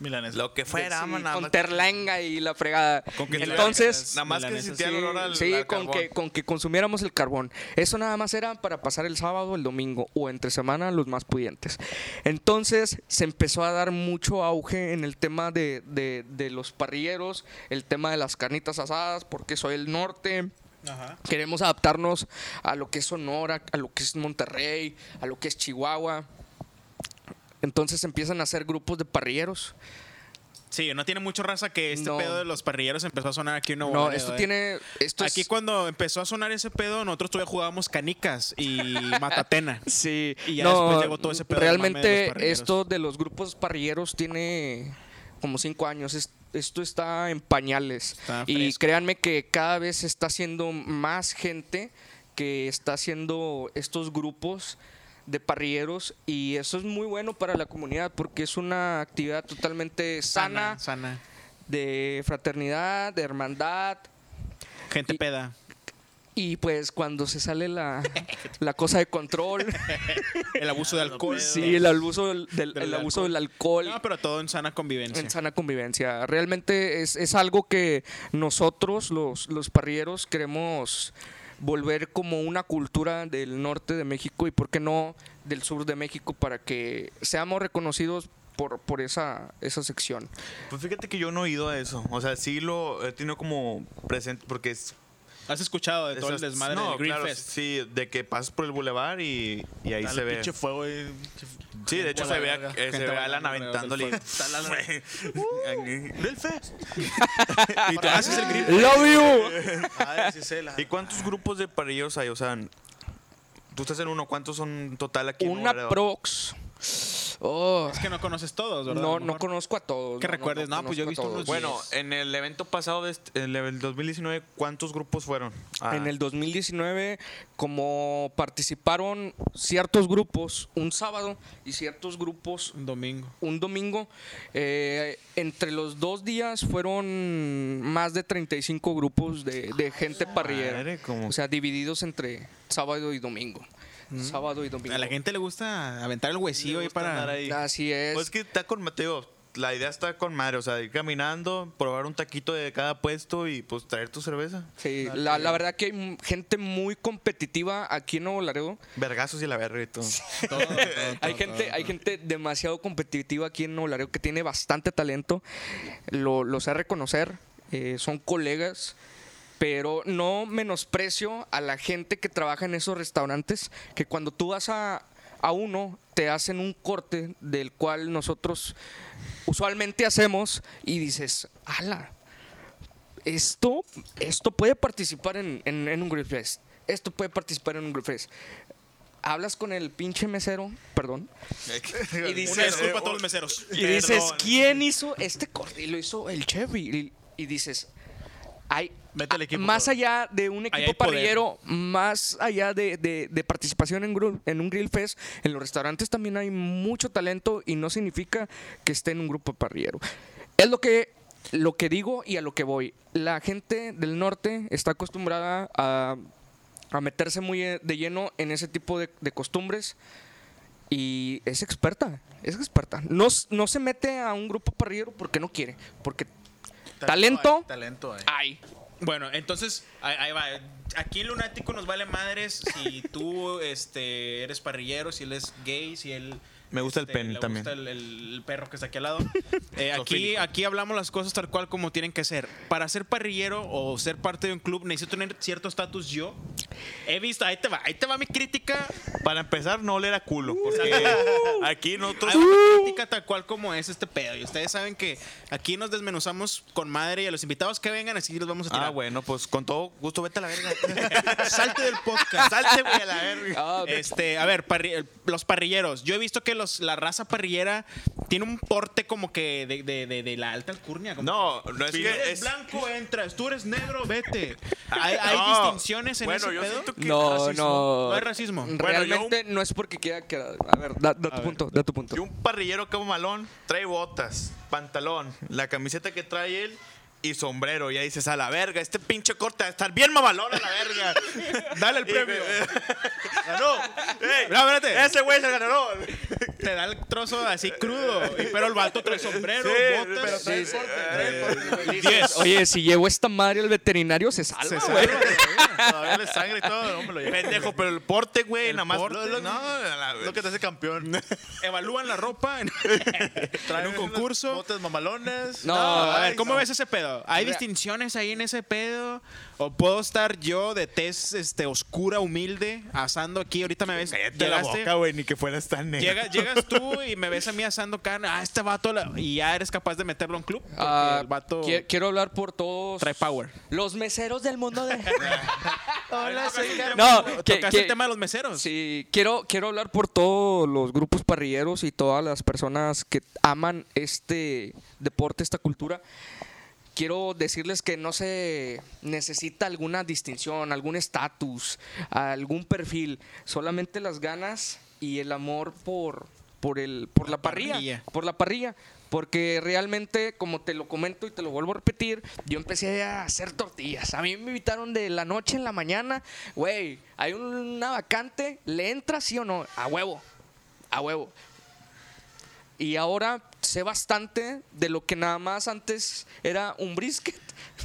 Milanesa. Lo que fuera, sí, man, Ah, nada con más- terlenga y la fregada. Con que- Entonces, Nada más que se Milanesa. sentía el olor al. sí, al con, que, carbón. con que consumiéramos el carbón. Eso nada más era para pasar el sábado, el domingo o entre semana los más pudientes. Entonces se empezó a dar mucho auge en el tema de, de- de los parrilleros, el tema de las carnitas asadas, porque soy el norte. Queremos adaptarnos a lo que es Sonora, a lo que es Monterrey, a lo que es Chihuahua. Entonces empiezan a hacer grupos de parrilleros. Sí, no tiene mucho raza que este No. pedo de los parrilleros empezó a sonar aquí en Nuevo No, Laredo, esto eh. tiene... Esto Aquí es- cuando empezó a sonar ese pedo, nosotros todavía jugábamos canicas y matatena. Sí, Y ya no, después llegó todo ese pedo del mame de los realmente parrilleros. esto de los grupos parrilleros tiene como cinco años. Es- esto está en pañales. Está y fresco. créanme que cada vez está haciendo más gente que está haciendo estos grupos de parrilleros y eso es muy bueno para la comunidad porque es una actividad totalmente sana, Sana. de fraternidad, de hermandad Gente Y- peda. y pues cuando se sale la, la cosa de control. El abuso de alcohol. Sí, el abuso del, del- Del el alcohol. abuso del alcohol No, pues, pero todo en sana convivencia. en sana convivencia. Realmente es, es algo que nosotros, los, los parrilleros, queremos volver como una cultura del norte de México y, ¿por qué no, del sur de México para que seamos reconocidos por, por esa, esa sección? Pues fíjate que yo no he ido a eso. O sea, sí lo he tenido como presente porque es. ¿Has escuchado de todo esas- el desmadre no, del Green claro, Fest? Sí, de que pasas por el bulevar y, y ahí se ve. pinche fuego y- Sí, de hecho Bola se ve, verga. a- eh, se Gente ve a Alan bailando aventándole. ¡Del Fest! Y tú haces el Green ¡Love you! Ay, sí sé, la- ¿Y cuántos grupos de parrillos hay? O sea, tú estás en uno, ¿cuántos son total aquí? en Una Nuevo Laredo? prox. Oh, Es que no conoces todos, ¿verdad? A no, lo no mejor. conozco a todos. Que recuerdes, no, pues yo he visto conozco a unos todos. Bueno, Yes. en el evento pasado, de este- el, el 2019, ¿cuántos grupos fueron? Ah, En el 2019, como participaron ciertos grupos un sábado y ciertos grupos Un domingo. un domingo, eh, entre los dos días fueron más de 35 grupos de, de gente parrillera. madre, como- O sea, divididos entre sábado y domingo. Sábado y domingo. A la gente le gusta aventar el huesillo Le ahí gusta andar para. ahí. Así es. Pues es que está con Mateo. La idea está con madre, o sea, ir caminando, probar un taquito de cada puesto y pues traer tu cerveza. Sí, la, la verdad que hay m- gente muy competitiva aquí en Nuevo Laredo. Vergazos y la verga y todo. Todo, todo, todo, Hay gente, hay gente demasiado competitiva aquí en Nuevo Laredo que tiene bastante talento. Lo, lo sé reconocer. eh, son colegas. Pero no menosprecio a la gente que trabaja en esos restaurantes. Que cuando tú vas a, a uno, te hacen un corte del cual nosotros usualmente hacemos. Y dices, ala, esto, esto puede participar en, en- en un Grill Fest. Esto puede participar en un Grill Fest. Hablas con el pinche mesero, perdón, y Una dices, disculpa a todos los meseros. y dices ¿quién hizo este corte? Y lo hizo el chef. Y, y dices, hay, Vete al equipo, más cabrón. allá de un Ahí equipo hay poder. parrillero, más allá de, de- de participación en, gru- en un grill fest, en los restaurantes también hay mucho talento y no significa que esté en un grupo parrillero. Es lo que, lo que digo y a lo que voy. La gente del norte está acostumbrada a, a meterse muy eh, de lleno en ese tipo de- de costumbres. Y es experta, es experta. No, s- no se mete a un grupo parrillero porque no quiere, porque talento Ay, Talento, eh. hay. Bueno, entonces, ahí, ahí va. Aquí en Lunático nos vale madres si tú este, eres parrillero, si él es gay, si él. Me gusta el este, pen le también. gusta el, el perro que está aquí al lado. Eh, aquí, aquí hablamos las cosas tal cual como tienen que ser. Para ser parrillero o ser parte de un club, necesito tener cierto estatus yo He visto, ahí te va, ahí te va mi crítica. Para empezar, no le era culo. Porque aquí nosotros. Ahí va mi crítica tal cual como es este pedo. Y ustedes saben que aquí nos desmenuzamos con madre y a los invitados que vengan así los vamos a tirar. Ah, bueno, pues con todo gusto, vete a la verga. Salte del podcast. Salte, güey, a la verga. Oh, Este, a ver, parri- los parrilleros. Yo he visto que los, la raza parrillera tiene un porte como que de, de- de- de la alta alcurnia. como No, no es que, que. tú eres es- blanco, entras. Tú eres negro, vete. ¿Hay, hay No. distinciones en Bueno, ese yo pedo? siento que- No, racismo? no. No hay racismo. Bueno, yo- Realmente no es porque quiera que. A ver, da, da tu punto, da tu punto. Y un parrillero como malón trae botas, pantalón, la camiseta que trae él y sombrero. Y ahí dices, a la verga, este pinche corte va a estar bien mamalón a la verga. Dale el premio. ¡Ganó! ¡Ey! No, espérate. ¡Ese güey se ganó! Te da el trozo así crudo. y- pero el vato trae sombrero, Sí, botas. pero trae el porte, trae el porte, güey. Diez. Oye, si llevo esta madre al veterinario, se Se salva, salva, güey. güey. Todavía le sangre y todo, no me lo llevo. Pendejo, pero el porte, güey, nada más. porte, Lo- lo- ¿no? a la- Lo que te hace campeón. Evalúan la ropa en, en un concurso. Botes mamalones. No, ah, a ay, ver, ¿cómo ves ese pedo? ¿Hay Rea- distinciones ahí en ese pedo? ¿O puedo estar yo de tez este, oscura, humilde, asando aquí? Ahorita me ves. Cállate la llegaste- boca, güey, ni que fueras tan negro. llega- llegas tú y me ves a mí asando carne. Ah, este vato. la- Y ya eres capaz de meterlo en club. Porque Ah, el vato. qui- quiero hablar por todos. Trae power. Los meseros del mundo de. Hola, soy Ah, No, que- Tocaste que- el tema de los meseros. Sí, quiero, quiero hablar por todos los grupos parrilleros y todas las personas que aman este deporte, esta cultura. Quiero decirles que no se necesita alguna distinción, algún estatus, algún perfil, solamente las ganas y el amor por, por, el, por la, parrilla, parrilla. por la parrilla. Porque realmente, como te lo comento y te lo vuelvo a repetir, yo empecé a hacer tortillas. A mí me invitaron de la noche en la mañana, güey, hay una vacante, ¿le entra sí o no? A huevo, a huevo. Y ahora sé bastante de lo que nada más antes era un brisket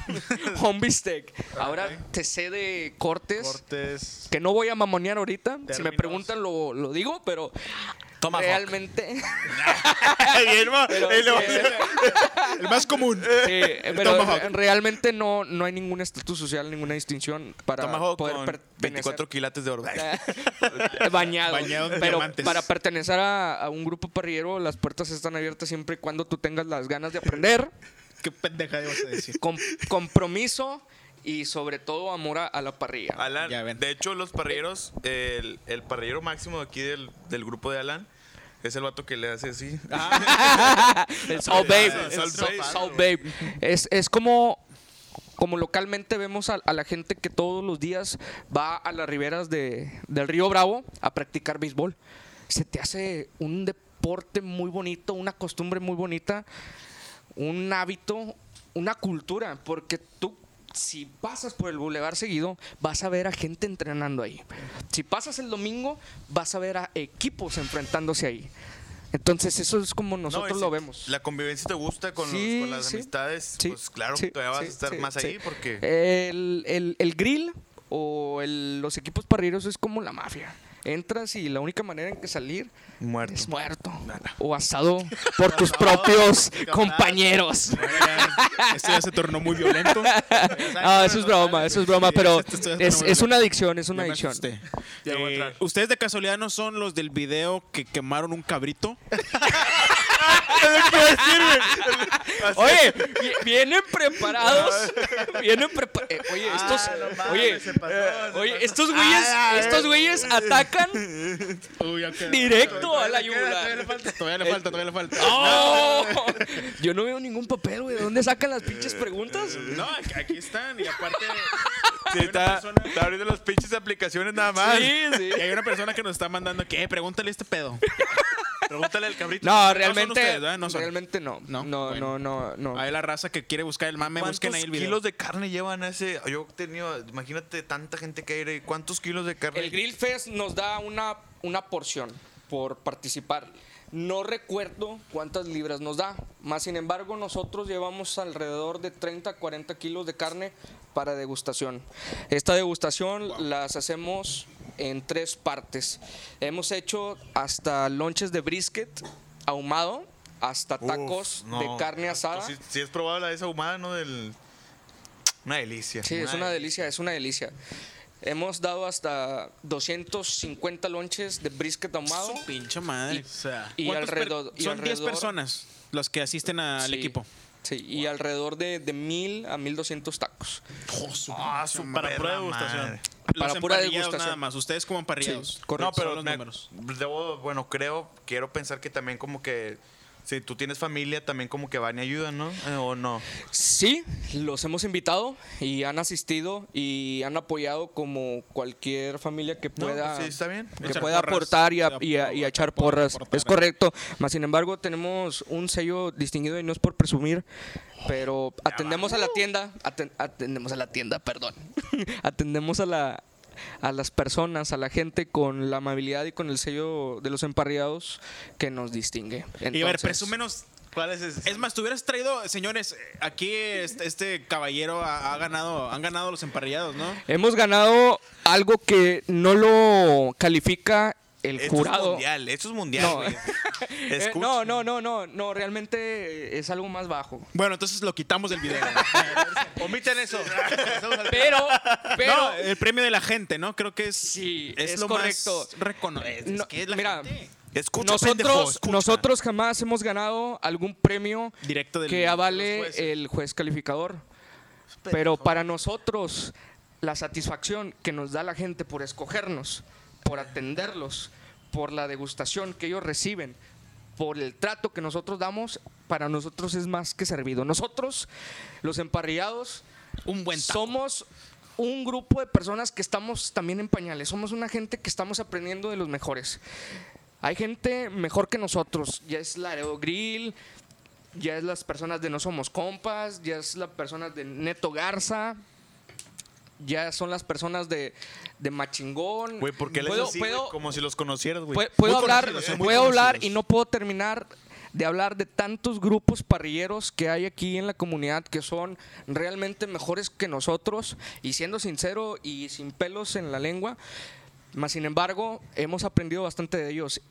o un bistec. Ahora te sé de cortes, Cortes. que no voy a mamonear ahorita. Si me preguntan lo, lo digo, pero realmente... Pero sí, El más común. sí, pero eh, realmente no, no hay ningún estatus social, ninguna distinción para Tomahawk poder con pertenecer. 24 quilates de oro. bañado. Bañado en pero diamantes. para pertenecer a, a un grupo parrillero, las puertas están abiertas siempre y cuando tú tengas las ganas de aprender, Qué pendeja ibas a decir. com- compromiso y sobre todo amor a, a la parrilla. Alan, Ya ven. de hecho, los parrilleros, el, el parrillero máximo de aquí del, del grupo de Alan es el vato que le hace así. Ah, El Salt Babe. Ah, el Salt Salt- Babe. Salt Babe. Es, es como, como localmente vemos a, a la gente que todos los días va a las riberas de, del río Bravo a practicar béisbol. Se te hace un deporte muy bonito, una costumbre muy bonita, un hábito, una cultura, porque tú... Si pasas por el bulevar seguido, vas a ver a gente entrenando ahí. Si pasas el domingo, vas a ver a equipos enfrentándose ahí. Entonces, eso es como nosotros No, y lo si vemos. La convivencia te gusta con, los- Sí, con las sí. amistades. Sí, pues claro, sí, que todavía vas sí, a estar sí, más sí. Eh, ahí porque. El, el- el grill o el- los equipos parrilleros es como la mafia. Entras y la única manera en que salir Muerto. es muerto o asado por tus propios compañeros. Esto Este ya se tornó muy violento. Ah, eso es broma, eso es broma, pero Esto está es, muy es una adicción, es una Ya me adicción. asusté. Ya voy a Eh, entrar. ¿Ustedes de casualidad no son los del video que quemaron un cabrito? Oye, vi- vienen preparados, vienen preparados. oye, Ah, estos, oye, oye, estos güeyes, estos güeyes atacan directo a la yugular. Todavía le falta, todavía le falta. ¡Oh! Yo no veo ningún papel, güey. ¿De dónde sacan las pinches preguntas? No, aquí- aquí están. Y aparte, Sí, está, está abriendo las pinches aplicaciones nada más. Ah, Sí, sí. ah, y hay una persona que nos está mandando que, "Eh, pregúntale este pedo. Pregúntale al cabrito. No, son realmente. ustedes, ¿verdad? No son. realmente no. No, No, no, bueno. no, no. Hay la raza que quiere buscar el mame, ¿Cuántos busquen ahí el video. kilos de carne llevan a ese? Yo he tenido, imagínate tanta gente que hay, ¿cuántos kilos de carne? El Grill Fest nos da una, una porción por participar. No recuerdo cuántas libras nos da. Más sin embargo, nosotros llevamos alrededor de 30 a 40 kilos de carne para degustación. Esta degustación las hacemos en tres partes. Hemos hecho hasta lonches de brisket ahumado, hasta Uf, tacos no. de carne asada. Pues sí, sí es probable esa humada, ¿no? Del... Una delicia. Sí, es una delicia, es una delicia. Hemos dado hasta 250 lonches de brisket ahumado. Su pinche madre. Y- y ¿Cuántos per- alrededor- y son 10 alrededor- personas las que asisten al Sí, equipo. Sí, y alrededor de, de 1000 a 1200 tacos. Ah, su para prueba de gustación. Para Los pura emparrillados degustación. nada más. Ustedes como emparrillados. Sí, correcto. No, pero Son los los números. Debo, bueno, creo, quiero pensar que también como que si tú tienes familia, también como que van y ayudan, ¿no? Eh, o no. Sí, los hemos invitado y han asistido y han apoyado como cualquier familia que No, pueda. sí, está bien. que Echar pueda porras. aportar y a, Sí, y a- y a echar porras. aportar. Es correcto. Más sin embargo, tenemos un sello distinguido y no es por presumir, pero atendemos a la tienda, aten- atendemos a la tienda, perdón. atendemos a la a las personas, a la gente con la amabilidad y con el sello de los emparriados que nos distingue. y a ver, Entonces, presúmenos. ¿Cuál es ese? Es más, te hubieras traído, señores, eh, aquí este, este caballero ha, ha ganado, han ganado los emparrillados, ¿no? Hemos ganado algo que no lo califica el Esto es jurado. mundial, esto es mundial. No. güey. Eh, Escucha. no, no, no, no, no, realmente eh, es algo más bajo. Bueno, entonces lo quitamos del video. Omiten eso. Pero, pero no, eh, el premio de la gente, ¿no? Creo que es, Sí, es, es lo correcto. más reconocido. No, mira, Escucha, nosotros, pendejo, escucha. nosotros jamás hemos ganado algún premio Directo del- que de los avale jueces. el juez calificador. Pero para nosotros, la satisfacción que nos da la gente por escogernos, por atenderlos, por la degustación que ellos reciben, por el trato que nosotros damos, para nosotros es más que servido. Nosotros, los emparrillados, Un buen taco. somos un grupo de personas que estamos también en pañales. Somos una gente que estamos aprendiendo de los mejores. Hay gente mejor que nosotros. Ya es Lareo Grill, ya es las personas de No Somos Compas, ya es las personas de Neto Garza. Ya son las personas de, de Machingón. Güey, ¿por qué les Puedo- así, güey? puedo- Como si los conocieras, güey. Pue- puedo Muy hablar, conocidos, son muy puedo hablar conocidos. y no puedo terminar de hablar de tantos grupos parrilleros que hay aquí en la comunidad que son realmente mejores que nosotros y siendo sincero y sin pelos en la lengua, más sin embargo hemos aprendido bastante de ellos.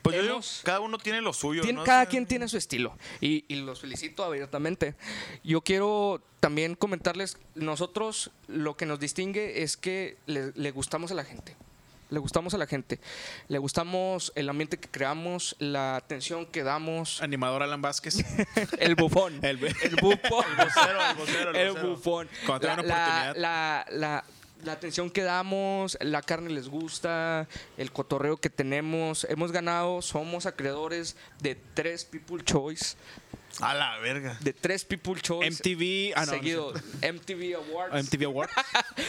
Pues yo digo, hemos- cada uno tiene lo suyo, Tien- ¿no? cada O sea, quien tiene su estilo y, y los felicito abiertamente. Yo quiero también comentarles, nosotros lo que nos distingue es que le, le gustamos a la gente. Le gustamos a la gente. Le gustamos el ambiente que creamos, la atención que damos, Animador Alan Vázquez. el bufón. El bu- bufón. vocero, el vocero, el vocero. bufón. Cuando te La, dan la, oportunidad. la- la- la atención que damos, la carne les gusta, el cotorreo que tenemos. Hemos ganado, somos acreedores de tres People Choice. A la verga. De tres People Choice. MTV. Ah, no, no es seguido. cierto. Oh, MTV Awards. MTV Award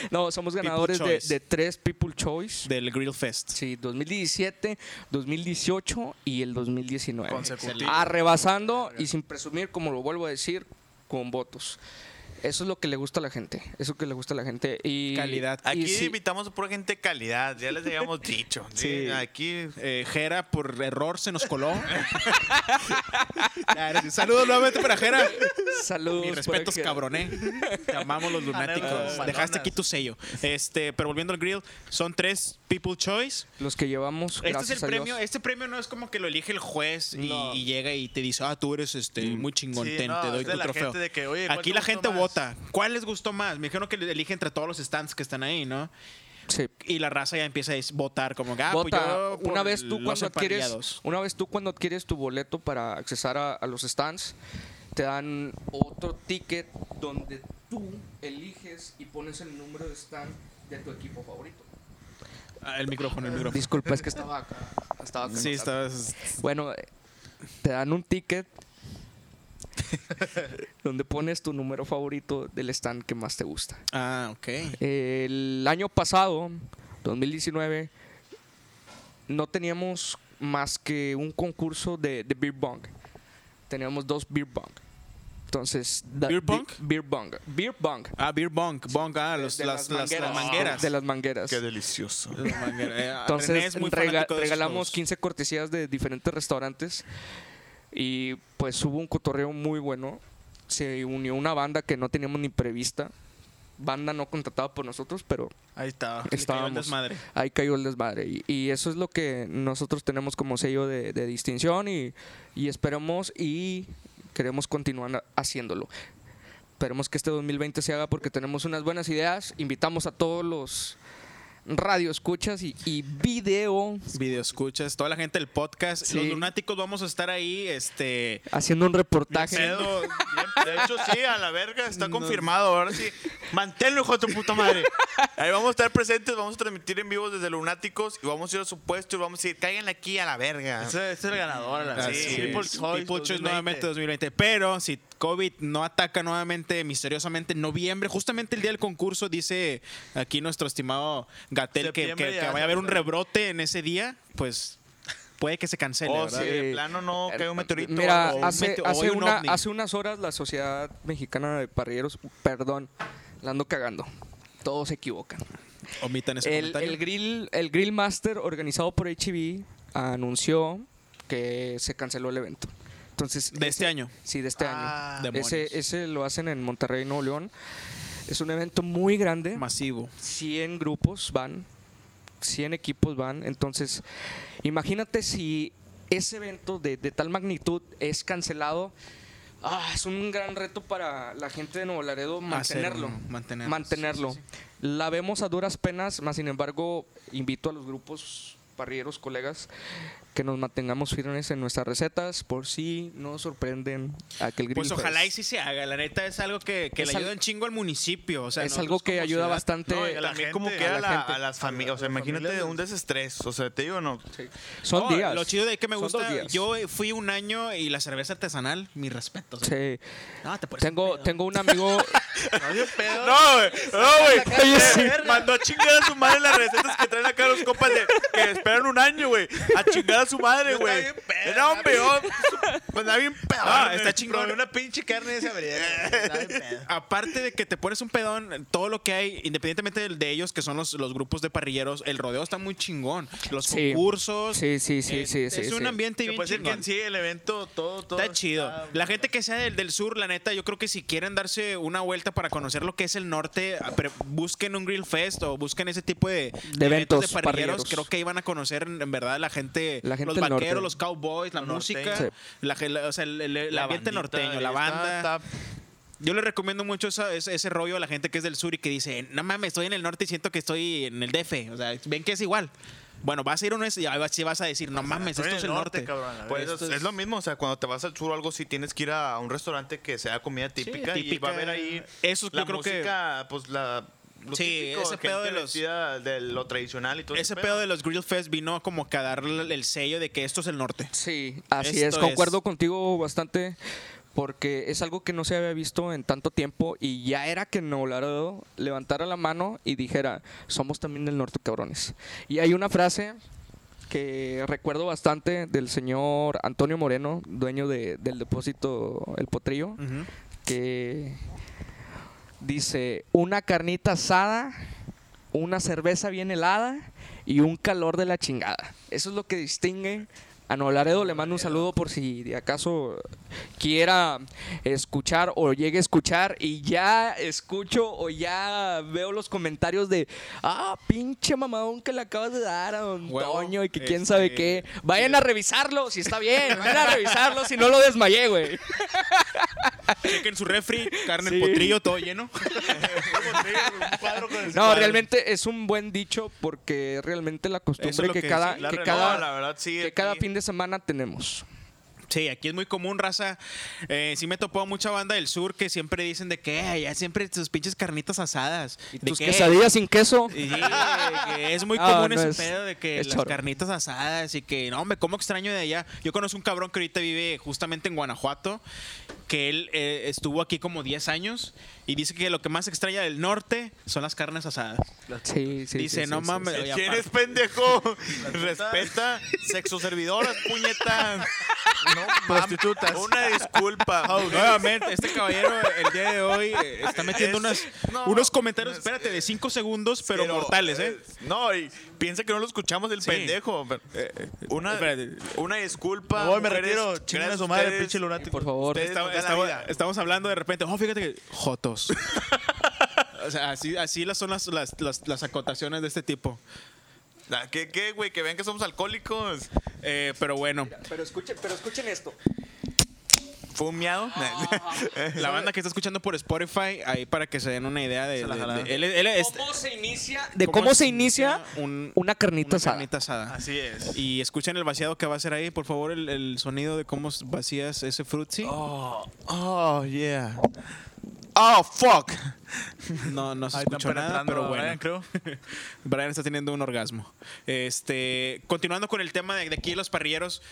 No, somos People ganadores de, Choice. de tres People Choice. del Grill Fest. Sí, 2017, 2018 y el 2019. Consecutivo. Arrebasando y sin presumir, como lo vuelvo a decir, con votos. Eso es lo que le gusta a la gente. Eso que le gusta a la gente. Y, Calidad. y Aquí sí, invitamos a pura gente de calidad, ya les habíamos dicho. Sí. Sí. Aquí Eh, Jera por error se nos coló. Nah, era así. Saludos nuevamente para Jera. saludos. Mis por respetos, aquí. cabrón, eh. Te amamos los lunáticos. Saludos. Dejaste aquí tu sello. Este, pero volviendo al grill, son tres People Choice. Los que llevamos. Este gracias es el a premio. Dios. Este premio no es como que lo elige el juez y, No. y llega y te dice, ah, tú eres este muy chingón, Sí, ten, no, te doy es de tu la trofeo. gente de que, "Oye, ¿cuál Aquí te la gustó gente más?" vota. ¿Cuál les gustó más? Me dijeron que le- elige entre todos los stands que están ahí, ¿no? Sí. Y la raza ya empieza a es- votar como, ah, pues Bota, yo por una vez tú los cuando adquieres emparrillados". una vez tú cuando adquieres tu boleto para accesar a, a los stands te dan otro ticket donde tú eliges y pones el número de stand de tu equipo favorito Ah, el micrófono, el micrófono. disculpa es que estaba acá, estaba acá. Sí, estabas... bueno eh, te dan un ticket donde pones tu número favorito del stand que más te gusta Ah, ok. el año pasado, 2019, no teníamos más que un concurso de, de beer bong. Teníamos dos beer bong. Entonces, da- ¿Beer bong? bi- Beer bong. Beer bong. Ah, beer bong, bong, ah, los- De las, las- las mangueras. De las mangueras. qué delicioso. Las mangueras. Eh, René Entonces es muy rega- fanático de esos regalamos juegos. 15 cortesías de diferentes restaurantes y pues hubo un cotorreo muy bueno. Se unió una banda que no teníamos ni prevista. Banda no contratada por nosotros, pero Ahí estaba. Le cayó el estábamos. ah, desmadre. ahí cayó el desmadre. Y, y eso es lo que nosotros tenemos como sello de, de distinción y, y esperamos y queremos continuar haciéndolo. Esperemos que este 2020 se haga porque tenemos unas buenas ideas. Invitamos a todos los radioescuchas y, y video Video escuchas, toda la gente del podcast. Sí. Los lunáticos vamos a estar ahí, este. haciendo un reportaje. Pedo. Bien, De hecho, sí, a la verga, está confirmado. Ahora sí, manténlo, hijo de tu puta madre. Ahí vamos a estar presentes, vamos a transmitir en vivo desde Lunáticos y vamos a ir a su puesto y vamos a decir, cáiganle aquí a la Ah. verga. Ese, ese es el ganador. a La Así sí, es. People's Choice People's 2020. Choice nuevamente 2020. Pero si COVID no ataca nuevamente misteriosamente en noviembre, justamente el día del concurso, dice aquí nuestro estimado Gatel que, que- Septiembre que ya, vaya a haber un rebrote en ese día, pues puede que se cancele. Oh, O ¿verdad? si de plano no cae un meteorito. Mira, o un hace, mete- o hace hay un una- ovni. hace unas horas la Sociedad Mexicana de Parrilleros, perdón, la ando cagando. Todos se equivocan. Omitan ese El, comentario. el grill, el grill Master organizado por HB anunció que se canceló el evento. Entonces, de este año. Sí, de este Ah, año. demonios. Ese, ese lo hacen en Monterrey, Nuevo León. Es un evento muy grande. Masivo. 100 grupos van, 100 equipos van. Entonces, imagínate si ese evento de, de tal magnitud es cancelado. Ah, es un gran reto para la gente de Nuevo Laredo mantenerlo. Hacerlo, mantenerlo, Mantenerlo. La vemos a duras penas, más sin embargo, invito a los grupos parrilleros, colegas, que nos mantengamos firmes en nuestras recetas por si nos sorprenden aquel grill Pues ojalá y fest. sí se haga. La neta es algo que, que Es le al- ayuda un chingo al municipio. O sea, es nosotros algo que como ayuda ciudad- bastante. No, y también como que a a, la la- gente. a las familias, o sea, imagínate un desestrés, o sea, te digo, no. Sí. Son No, días. Lo chido de que me son dos gusta. días. Yo eh, fui un año y la cerveza artesanal, mi respeto. Sí. No, te pones Tengo, un pedo. tengo un amigo. No, güey, no, güey. Oye, sí. Eh, Mandó a chingar a su madre las recetas que traen acá los compas de que esperan un año, güey. A chingar a su madre, güey. oh, Era un peor. Mandaba pues, bien pedo. Ah, está chingón. Una pinche carne esa Aparte de que te pones un pedón, todo lo que hay, independientemente del- de ellos, que son los, los grupos de parrilleros, el rodeo está muy chingón. Los Sí. concursos. Sí, sí, sí, eh, sí, Es sí, un sí. ambiente Que bien puede ser que chingón. en sí el evento, todo, todo. Está chido. La gente que sea del, del sur, la neta, yo creo que si quieren darse una vuelta para conocer lo que es el norte, a- pre- busquen un Grill Fest o busquen ese tipo de, De eventos, de parrilleros. parrilleros. Creo que ahí van a conocer en, en verdad la gente, La gente los del vaqueros, norte. los cowboys, la música, Sí. la, gen- la- o sea, el, el- el ambiente norteño, la está- banda. está- Yo le recomiendo mucho esa- ese, ese rollo a la gente que es del sur y que dice, no mames, estoy en el norte y siento que estoy en el DF. O sea, ven que es igual. Bueno, vas a ir uno y ahí vas- sí vas a decir, no mames, estoy esto en es el el norte, norte. cabrón, la Pues verga. es, es lo mismo, o sea, cuando te vas al sur o algo así, tienes que ir a un restaurante que sea comida típica, Pues, y típica. va a haber ahí Eso la yo creo que- música, pues la lo Sí, típico, ese gente pedo de los- vestida de lo tradicional y todo Ese pedo de los Grill Fest vino como que a darle el sello de que esto es el norte. Sí, así es. Esto Concuerdo es. contigo bastante porque es algo que no se había visto en tanto tiempo y ya era que Nuevo Laredo levantara la mano y dijera, somos también del norte, cabrones. Y hay una frase que recuerdo bastante del señor Antonio Moreno, dueño de- del depósito El Potrillo, que dice, una carnita asada, una cerveza bien helada y un calor de la chingada. Eso es lo que distingue a Nuevo Laredo. Le mando un saludo por si de acaso quiera escuchar o llegue a escuchar y ya escucho o ya veo los comentarios de, ah, pinche mamadón que le acabas de dar a don Huevo, Toño y que quién sabe este, qué. Vayan a revisarlo si está bien, vayan a revisarlo si no lo desmayé, güey. Chequen su refri, carne, el Sí. potrillo, todo lleno. No, realmente es un buen dicho porque realmente la Eso es costumbre lo que, que cada, sí, la que re- cada, no, la verdad, sí, que aquí- cada fin de semana tenemos. Sí, aquí es muy común, raza. Eh, sí me he topado mucha banda del sur que siempre dicen de que "Ay, ya siempre sus pinches carnitas asadas. ¿De Tus qué? quesadillas sin queso. Sí, que es muy No, común no ese es- pedo de que es las choro. carnitas asadas y que, no, me como extraño de allá. Yo conozco un cabrón que ahorita vive justamente en Guanajuato, que él eh, estuvo aquí como 10 años y dice que lo que más extraña del norte son las carnes asadas. Sí, sí, dice, sí, no sí, mames, oye, ¿Quién es aparte- pendejo? Respeta sexo servidoras, puñetas. No, prostitutas. Una disculpa. Nuevamente, este caballero el día de hoy eh, está metiendo Es- unas- no, unos comentarios, espérate, de 5 segundos, pero, mortales, ¿eh? No, y piensa que no lo escuchamos el Sí. pendejo. pero, eh, Una, Espérate. una disculpa. Me voy, me mujeres, retiro. Chingan a su madre, ustedes- pinche lunático. sí. Por favor. Ustedes Estaba- nos dan la estaba- vida. estamos hablando de repente, oh, fíjate que Jotos. o sea, así, así las son las, las, las- las acotaciones de este tipo. Ah, ¿Qué, qué, güey? Que vean que somos alcohólicos. Eh, pero bueno, Pero escuchen, pero escuchen esto. Fue un miado. La banda que está escuchando por Spotify, ahí para que se den una idea de. de- jalaron. de- él- él es- ¿Cómo se inicia? De Este, cómo cómo, se se inicia inicia un- una carnita una asada. carnita asada. Así es. Y escuchen el vaciado que va a hacer ahí, por favor, el, el sonido de cómo vacías ese frutzi. Oh, yeah. Oh, fuck. No, no se Ahí están escuchó nada, penetrando pero a bueno. Brian, creo. Brian está teniendo un orgasmo. Este, continuando con el tema de, de aquí los parrilleros.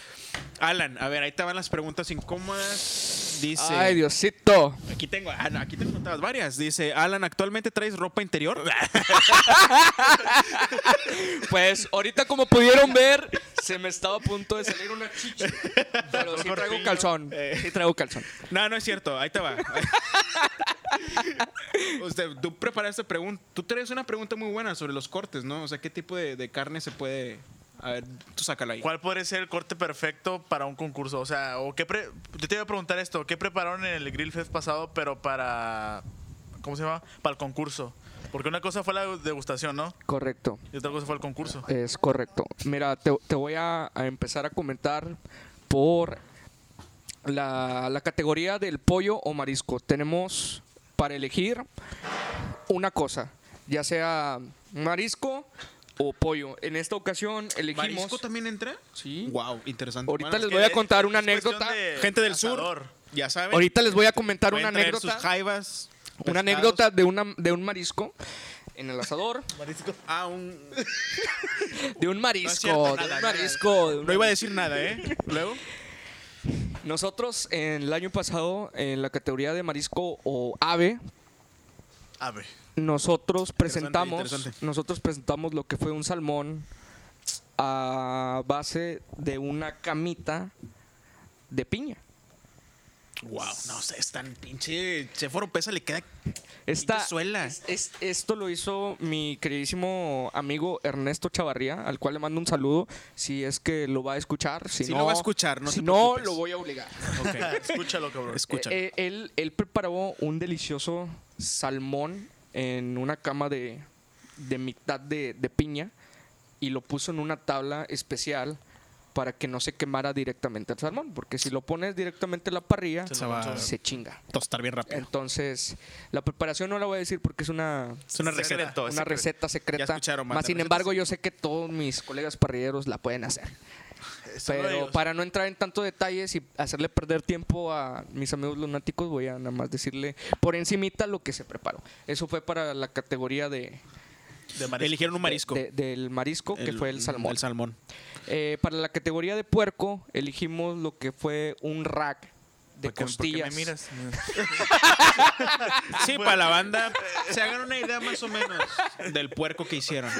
Alan, a ver, ahí te van las preguntas incómodas. Dice. Ay, Diosito. Aquí tengo, ah, no, aquí te preguntabas varias. Dice, Alan, ¿actualmente traes ropa interior? Pues ahorita como pudieron ver, se me estaba a punto de salir una chicha. Pero sí traigo calzón. Eh. Sí traigo calzón. no, no es cierto, ahí te va. Usted, tú preparaste pregunta. Tú traes una pregunta muy buena sobre los cortes, ¿no? O sea, ¿qué tipo de, de carne se puede. A ver, tú sácala ahí. ¿Cuál podría ser el corte perfecto para un concurso? O sea, o qué pre- yo te iba a preguntar esto, ¿qué prepararon en el Grill Fest pasado, pero para ¿cómo se llama? Para el concurso. Porque una cosa fue la degustación, ¿no? Correcto. Y otra cosa fue el concurso. Es correcto. Mira, te, te voy a, a empezar a comentar por la, la categoría del pollo o marisco. Tenemos para elegir una cosa, ya sea marisco o pollo. En esta ocasión elegimos... ¿Marisco también entra? Sí. Wow, interesante. Ahorita Bueno, les voy a contar una Es cuestión anécdota. de Gente del sur. Eh, asador. Ya saben. Ahorita les voy a comentar pueden una traer sus anécdota. jaivas, pescados. Una anécdota de, una, de un marisco en el asador. Ah, un- De un marisco, cierto, nada, de un nada. marisco. de un- No iba a decir nada, ¿eh? Luego. Nosotros en el año pasado, en la categoría de marisco o ave, A ver. nosotros presentamos, interesante. nosotros presentamos lo que fue un salmón a base de una camita de piña. Wow, no sé, es tan pinche. Chef Oropesa le queda. Esta, Pinche suela. es- es- esto lo hizo mi queridísimo amigo Ernesto Chavarría, al cual le mando un saludo. Si es que lo va a escuchar, si Sí no lo va a escuchar, no si te no preocupes. lo voy a obligar. Escúchalo, cabrón. Escucha. Eh, eh, él, él preparó un delicioso salmón en una cama de, de mitad de, de piña y lo puso en una tabla especial para que no se quemara directamente el salmón, porque si lo pones directamente en la parrilla, Se va a se chinga. tostar bien rápido. Entonces, la preparación no la voy a decir porque es una, Es una receta. Secreto. una receta Ya secreta. escucharon, Más manda sin recetas. embargo, yo sé que todos mis colegas parrilleros la pueden hacer. Eh, Pero para no entrar en tantos detalles y hacerle perder tiempo a mis amigos lunáticos, voy a nada más decirle por encimita lo que se preparó. Eso fue para la categoría de, De marisco. Eligieron un marisco. de- del marisco, que fue el salmón. El salmón. Eh, para la categoría de puerco, elegimos lo que fue un rack de ¿Por qué- por qué costillas. me miras? Sí, para la banda. Se hagan una idea más o menos del puerco que hicieron.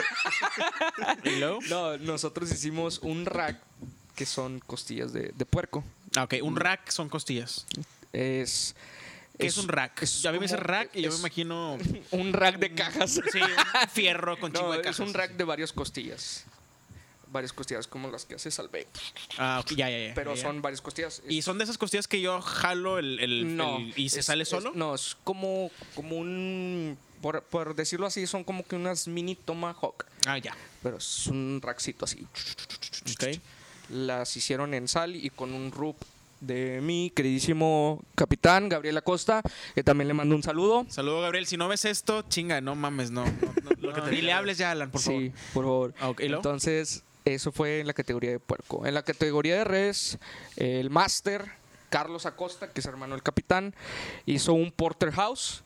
¿Y luego? No, nosotros hicimos un rack que son costillas de, de puerco. Ah, ok, un rack son costillas. Es, ¿Qué es, un rack? es ya me dice como- rack y yo me es imagino. un rack de cajas. Sí, un fierro con chingo No, de es cajas. un rack de varias costillas. Varias costillas como las que hace Salve. Ah, ok, ya, ya, ya. Pero ya, ya. son varias costillas. ¿Y son de esas costillas que yo jalo el, el- No, el- y se es- sale es- solo? no, es como, como un. Por, por decirlo así, son como que unas mini tomahawk. Ah, ya. Pero es un rackcito así. Ok. Las hicieron en sal y con un rub de mi queridísimo capitán, Gabriel Acosta, que también le mando un saludo. Saludo, Gabriel. Si no ves esto, chinga, no mames, no. y le hables ya, Alan, por favor. sí, por favor. Ah, ok, ¿y luego? Entonces, eso fue en la categoría de puerco. En la categoría de res, el máster, Carlos Acosta, que es hermano del capitán, hizo un porterhouse,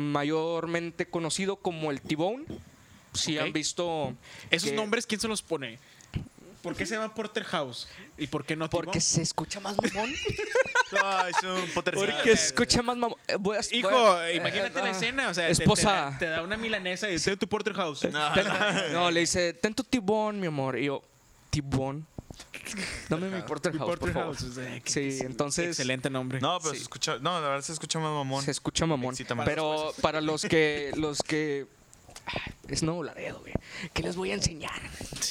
mayormente conocido como el T-Bone. Si Ok. han visto... Esos que- nombres, ¿quién se los pone? ¿Por qué se llama Porterhouse? ¿Y por qué no Tibón? Porque se escucha más mamón. No, es un potencial. porque se escucha más mamón. Eh, voy a- voy Hijo, a- imagínate eh, la ah, escena. O sea, te- te esposa. da- Te, da una milanesa y dice tu Porterhouse. Ten- no, le dice, ten tu tibón, mi amor. Y yo, tibón. Dame mi porterhouse, por favor. Porterhouse, o sea, que- Sí, que- entonces- Excelente nombre. No, pero se escucha. No, la verdad se escucha más mamón. Se escucha mamón. excita más. Pero para los que. los que Ay, Es Nuevo Laredo, güey. ¿Qué les voy a enseñar?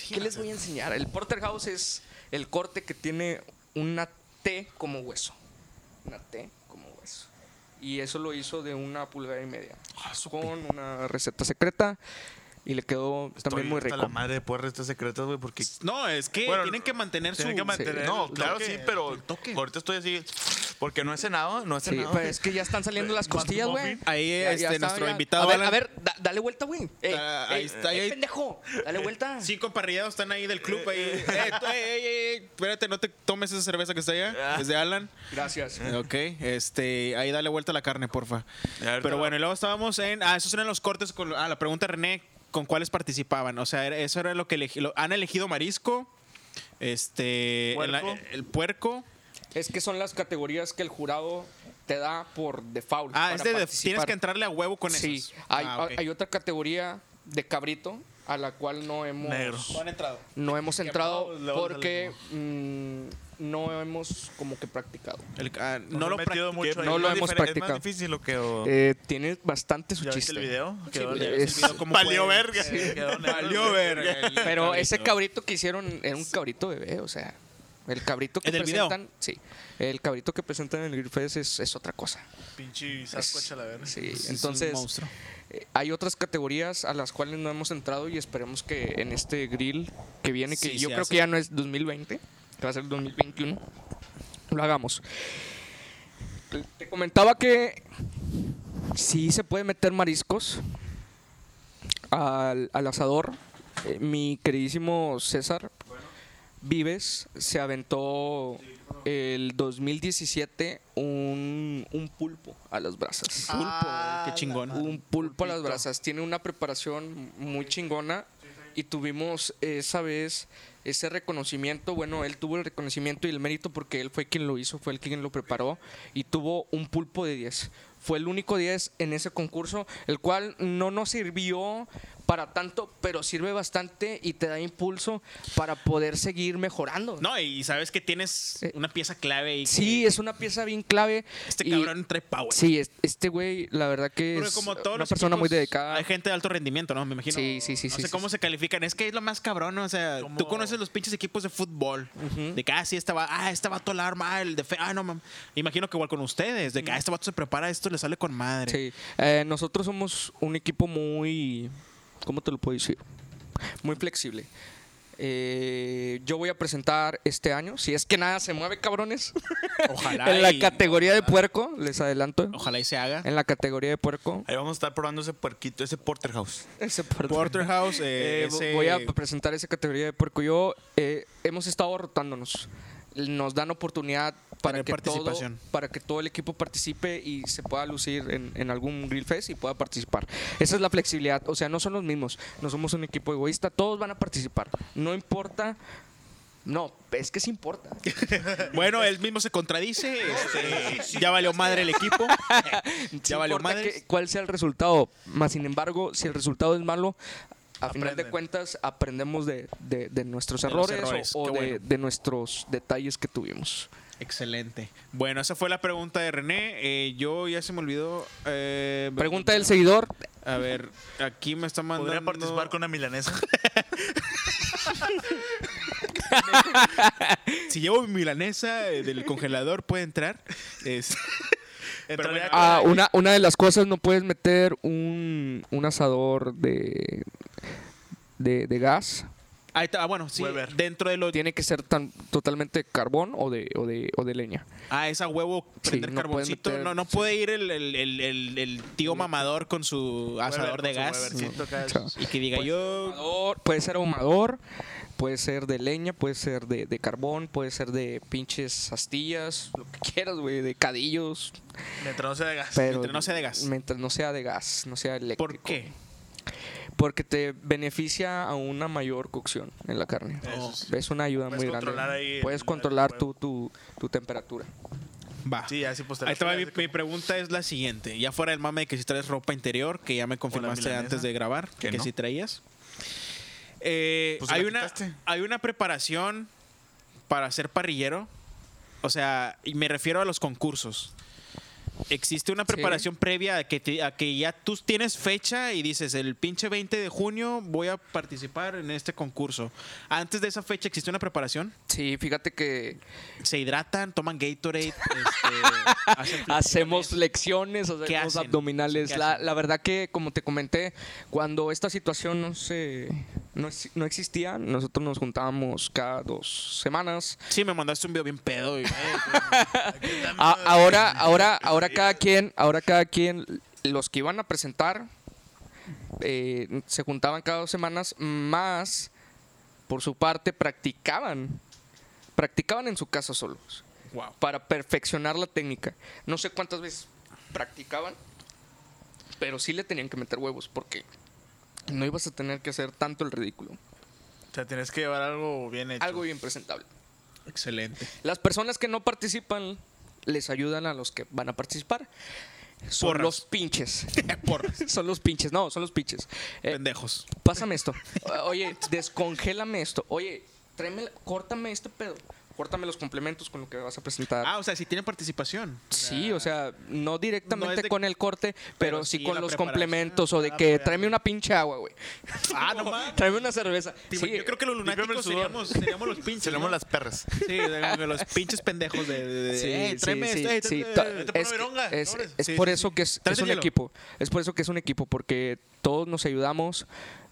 ¿Qué les voy a enseñar? El porterhouse es el corte que tiene una T como hueso. Una T como hueso. Y eso lo hizo de una pulgada y media. Ah, Con una receta secreta. Y le quedó también Estoy muy hasta rico. la madre de poder estas secretas, güey, porque. No, es que Bueno, tienen que mantener su. tienen que mantener- No, el claro, toque, sí, pero el toque. ahorita estoy así. Porque no he cenado, no he Sí, cenado. pues es que ya están saliendo las costillas, güey. muffin. Ahí, Ya- ya este, está, nuestro ya. invitado, A ver, Alan. a ver, da- dale vuelta, güey. Ey, Ah, ahí ey, está, ey, ahí- pendejo. Dale vuelta. Cinco parrillados están ahí del club. Ahí. Eh, tú, eh, eh, eh, eh, espérate, no te tomes esa cerveza que está Ah. allá. Es de Alan. Gracias. Ok, este, ahí dale vuelta a la carne, porfa. Ya, ahorita Pero va. bueno, y luego estábamos en. Ah, esos eran los cortes. Con, ah, la pregunta René, ¿con cuáles participaban? O sea, era- eso era lo que elegí- lo- han elegido marisco, este, en la- Puerco. el puerco. Es que son las categorías que el jurado te da por default. Ah, para este de- tienes participar. que entrarle a huevo con Sí, esos. hay, Ah, ok. hay otra categoría de cabrito a la cual no hemos Negro. no hemos entrado Quemados, luego porque mm, no hemos como que practicado. El- ah, Nos no lo han metido practiqué, mucho ahí. No lo Es hemos diferente- practicado. Es más difícil lo que. o- Eh, tiene bastante su ¿Ya viste chiste. el video? Quedó, güey, ya es- ves el video, cómo Valió puede- verga. quedó negro, Valió güey. verga. el Pero cabrito. ese cabrito que hicieron era un cabrito bebé, o sea, el cabrito que ¿En el video? presentan, sí, el cabrito que presentan en el Grill Fest es, es otra cosa. Pinche Es- Sasquatch a la verga. sí, Es un entonces monstruo. eh, hay otras categorías a las cuales no hemos entrado y esperemos que en este grill que viene, que Sí, yo se creo hace. que ya no es 2020, que va a ser 2021, lo hagamos. Te comentaba que sí se puede meter mariscos al, al asador. Eh, mi queridísimo César Vives se aventó el 2017 un, un pulpo a las brasas. Pulpo, güey, Ah, qué chingón. Un pulpo a las brasas. Tiene una preparación muy chingona. Y tuvimos esa vez ese reconocimiento. Bueno, él tuvo el reconocimiento y el mérito porque él fue quien lo hizo, fue el quien lo preparó. Y tuvo un pulpo de 10. Fue el único 10 en ese concurso, el cual no nos sirvió para tanto, pero sirve bastante y te da impulso para poder seguir mejorando. No, y sabes que tienes Eh, una pieza clave ahí. Sí, es una pieza bien clave. Este y- cabrón trae power. Sí, es- este güey, la verdad que Porque es como todos una los persona muy equipos, dedicada. Hay gente de alto rendimiento, ¿no? Me imagino. Sí, sí, sí, No sí, sé sí, cómo sí. se califican. Es que es lo más cabrón, o sea, tú ¿Cómo? conoces los pinches equipos de fútbol. De que, ah, sí, este va, ah, este vato la arma, ah, el defe, ah, no, mam. Imagino que igual con ustedes, de que, ah, este vato se prepara, esto le sale con madre. Sí, eh, nosotros somos un equipo muy, ¿cómo te lo puedo decir? Muy flexible. Eh, yo voy a presentar este año, si es que nada se mueve, cabrones, Ojalá. en la y- categoría de puerco, les adelanto, Ojalá y se haga. en la categoría de puerco, Ahí vamos a estar probando ese puerquito, ese porterhouse. ese puerco. Porterhouse, eh, Eh, ese- Voy a presentar esa categoría de puerco. Yo eh, hemos estado rotándonos. Nos dan oportunidad Tener para que, todo, participación. para que todo el equipo participe y se pueda lucir en, en algún Grill Fest y pueda participar. Esa es la flexibilidad. O sea, no son los mismos. No somos un equipo egoísta. Todos van a participar. No importa. No, es que sí importa. Bueno, él mismo se contradice. este, ya valió madre el equipo. Sí ya valió importa madre. que- cuál sea el resultado. Más sin embargo, si el resultado es malo, a final de Aprenden. cuentas aprendemos de, de- de nuestros De los errores, errores, o, o qué de, bueno. de nuestros detalles que tuvimos. Excelente. Bueno, esa fue la pregunta de René. Eh, yo ya se me olvidó. eh, Pregunta del seguidor. A ver, aquí me está mandando. Podría participar con una milanesa. Si llevo mi milanesa eh, del congelador, puede entrar. Es- Pero bueno, Entraría con- Ah, una, una de las cosas, no puedes meter un, un asador de, de, de gas. ahí está, ah, bueno, sí. Weber. Dentro de lo. Tiene que ser tan, totalmente de carbón o de, o de, o de leña. Ah, esa huevo, Sí, prender no puedes carboncito. meter- no, no puede ir el, el- el- el- el tío mamador con su asador de con su gas. Webercito acá. Chao. Y que Pues, diga yo. Ahumador, puede ser ahumador, puede ser de leña, puede ser de, de carbón, puede ser de pinches astillas, lo que quieras, güey, de cadillos. Mientras no sea de gas. Pero Mientras no sea de gas. Mientras no sea de gas, no sea eléctrico. ¿Por qué? Porque te beneficia a una mayor cocción en la carne. Oh, Eso Es una ayuda Puedes muy grande. controlar ahí Puedes el- controlar el tu, tu, tu temperatura. Va. Sí, así pues te la Ahí estaba mi, pegas, mi pregunta es la siguiente. Ya fuera el mame de que si traes ropa interior, que ya me confirmaste milanesa. antes de grabar, que, Que no. si traías. Eh, Pues se hay, la una, quitaste. hay una preparación para ser parrillero. O sea, y me refiero a los concursos. existe una preparación previa a que, te- a que ya tú tienes fecha y dices, el pinche 20 de junio voy a participar en este concurso. Antes de esa fecha existe una preparación. Sí, fíjate que Se hidratan, toman Gatorade, este, hacen hacemos lecciones, hacemos hacen? abdominales. ¿Qué la, hacen? la verdad que, como te comenté, cuando esta situación no se no, ex- no existía, nosotros nos juntábamos cada dos semanas. Sí, me mandaste un video bien pedo. y- A- Ah, ahora, ahora, ahora cada quien, ahora cada quien, los que iban a presentar eh, se juntaban cada dos semanas, más por su parte practicaban, practicaban en su casa solos. Para perfeccionar la técnica. No sé cuántas veces practicaban, pero sí le tenían que meter huevos porque no ibas a tener que hacer tanto el ridículo. O sea, tienes que llevar algo bien hecho. Algo bien presentable. Excelente. Las personas que no participan les ayudan a los que van a participar. Son Porras. los pinches. Porras. son los pinches. No, son los pinches. Eh, Eh, Pendejos. pásame esto. Oye, descongélame esto. Oye, tráeme, la- córtame este pedo. Córtame los complementos con lo que vas a presentar. Ah, o sea, si tienen participación. Sí, o sea, no directamente No es de- con el corte, pero, pero sí sí con la los preparación. pues, complementos o de que tráeme una pinche agua, güey. Ah, no mames. Tráeme una cerveza. Te Sí, imag- Yo creo que los Límpiame el lunáticos sudor. seríamos, seríamos los pinches. Tenemos ¿no? las perras. Sí, de- los pinches pendejos de. de- de- Sí, "Ey, sí, eh, tráeme sí, esto, ey, sí, tráeme- to- tráeme ponme es que- bronca, es- sobres. es Sí, por sí, eso sí. que es, es Tráete un hielo. equipo. Es por eso que es un equipo, porque todos nos ayudamos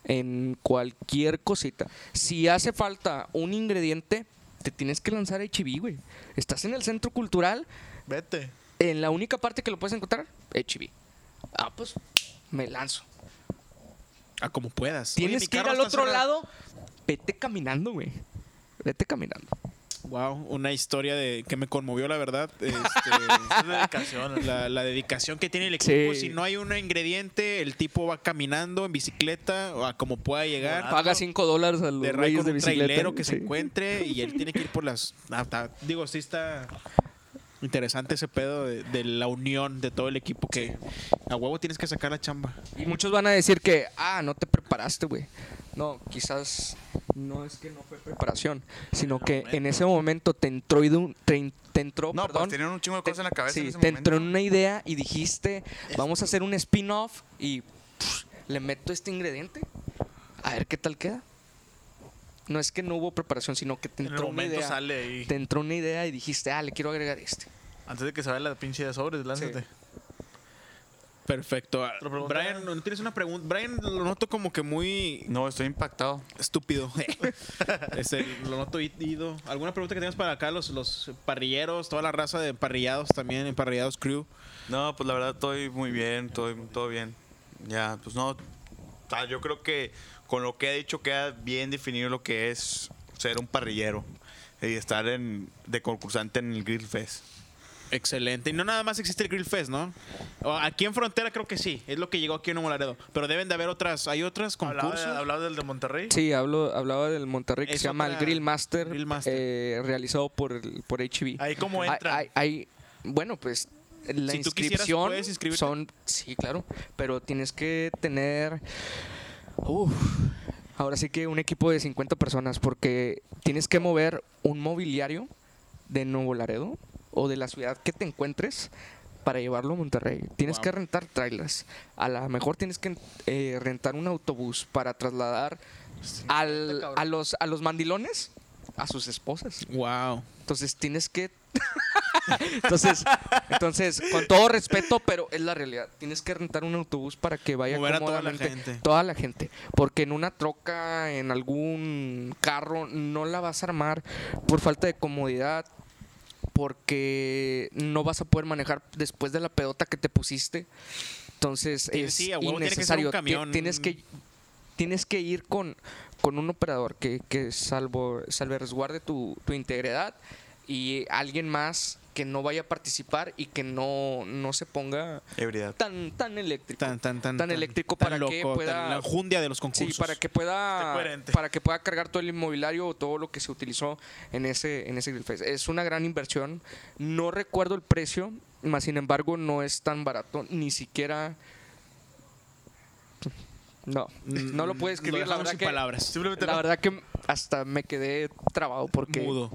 en cualquier cosita. Si hace falta un ingrediente, te tienes que lanzar a HIV, güey. Estás en el centro cultural, Vete. en la única parte que lo puedes encontrar, HIV. Ah, pues me lanzo. Ah, como puedas. Tienes Oye, mi que ir carro al está otro cerrado. lado, vete caminando, güey. Vete caminando. Wow, una historia de que me conmovió, la verdad. Este, Es dedicación. la, la dedicación que tiene el Sí. equipo. Si no hay un ingrediente, el tipo va caminando en bicicleta, o a como pueda llegar. Paga 5 dólares a los Ah, de rayo reyes con de un bicicleta. trailero que se sí. encuentre y él tiene que ir por las. ah, está- digo, sí está interesante ese pedo de, de la unión de todo el equipo que a huevo tienes que sacar la chamba. Y muchos van a decir que, ah, no te preparaste, güey. No, quizás no es que no fue preparación, sino que en ese momento te entró, y de un- te, en- te entró No, pues Oh, perdón, tenían un chingo de te- cosas en la cabeza. sí, en ese te momento. entró en una idea y dijiste, vamos a hacer un spin-off y pff, le meto este ingrediente, a ver qué tal queda. No es que no hubo preparación, sino que te En el entró una momento idea. sale ahí. Te entró una idea y dijiste, ah, le quiero agregar este. Antes de que se vaya la pinche de sobres, lánzate. Perfecto. Ah, Otra pregunta. Brian, ¿no tienes una pregunta? Brian, lo noto como que muy No, estoy impactado. estúpido. Este, lo noto i- ido. ¿Alguna pregunta que tengas para acá, los, los parrilleros, toda la raza de emparrillados también, emparrillados crew? No, pues la verdad estoy muy bien, estoy todo bien. Ya, pues no. o sea, yo creo que con lo que he dicho queda bien definido lo que es ser un parrillero y estar en, de concursante en el Grill Fest. Excelente. Y no nada más existe el Grill Fest, ¿no? O Aquí en Frontera creo que sí. Es lo que llegó aquí en Nuevo Laredo. Pero deben de haber otras. ¿Hay otras Hablaba, concursos? de- hablaba del de Monterrey. Sí, hablo, hablaba del Monterrey que Es se llama el otra- Grill Master, Grill Master. eh, realizado por, el- por HB. Ahí cómo entra. Hay, hay- bueno, pues la Si tú quisieras, inscripción puedes inscribirte. son sí, claro, pero tienes que tener uf, ahora sí que un equipo de 50 personas porque tienes que mover un mobiliario de Nuevo Laredo o de la ciudad que te encuentres para llevarlo a Monterrey. Tienes Wow. que rentar trailers. A lo mejor tienes que eh, rentar un autobús para trasladar al- a, los, a los mandilones a sus esposas. Wow. Entonces tienes que. entonces, entonces, con todo respeto, pero es la realidad. Tienes que rentar un autobús para que vaya Mover a toda la cómodamente gente. toda la gente. Porque en una troca, en algún carro, no la vas a armar por falta de comodidad. Porque no vas a poder manejar después de la pedota que te pusiste. Entonces Tiene- es sí, a huevo, tiene que ser un innecesario. Ti- camión. Tienes que, tienes que ir con, con un operador que, que salvo, salve resguarde tu, tu integridad y alguien más que no vaya a participar y que no, no se ponga Ebriedad. tan, tan eléctrico. Tan, tan, tan. Tan eléctrico para que pueda- la jundia de los Sí, concursos. para que pueda Esté coherente. para que pueda cargar todo el inmobiliario o todo lo que se utilizó en ese en ese Grill Fest. Es una gran inversión. No recuerdo el precio, más sin embargo no es tan barato, ni siquiera no, Mm, no lo puedes escribir, lo la dejamos verdad sin que palabras. Simplemente la no- verdad que hasta me quedé trabado porque Mudo.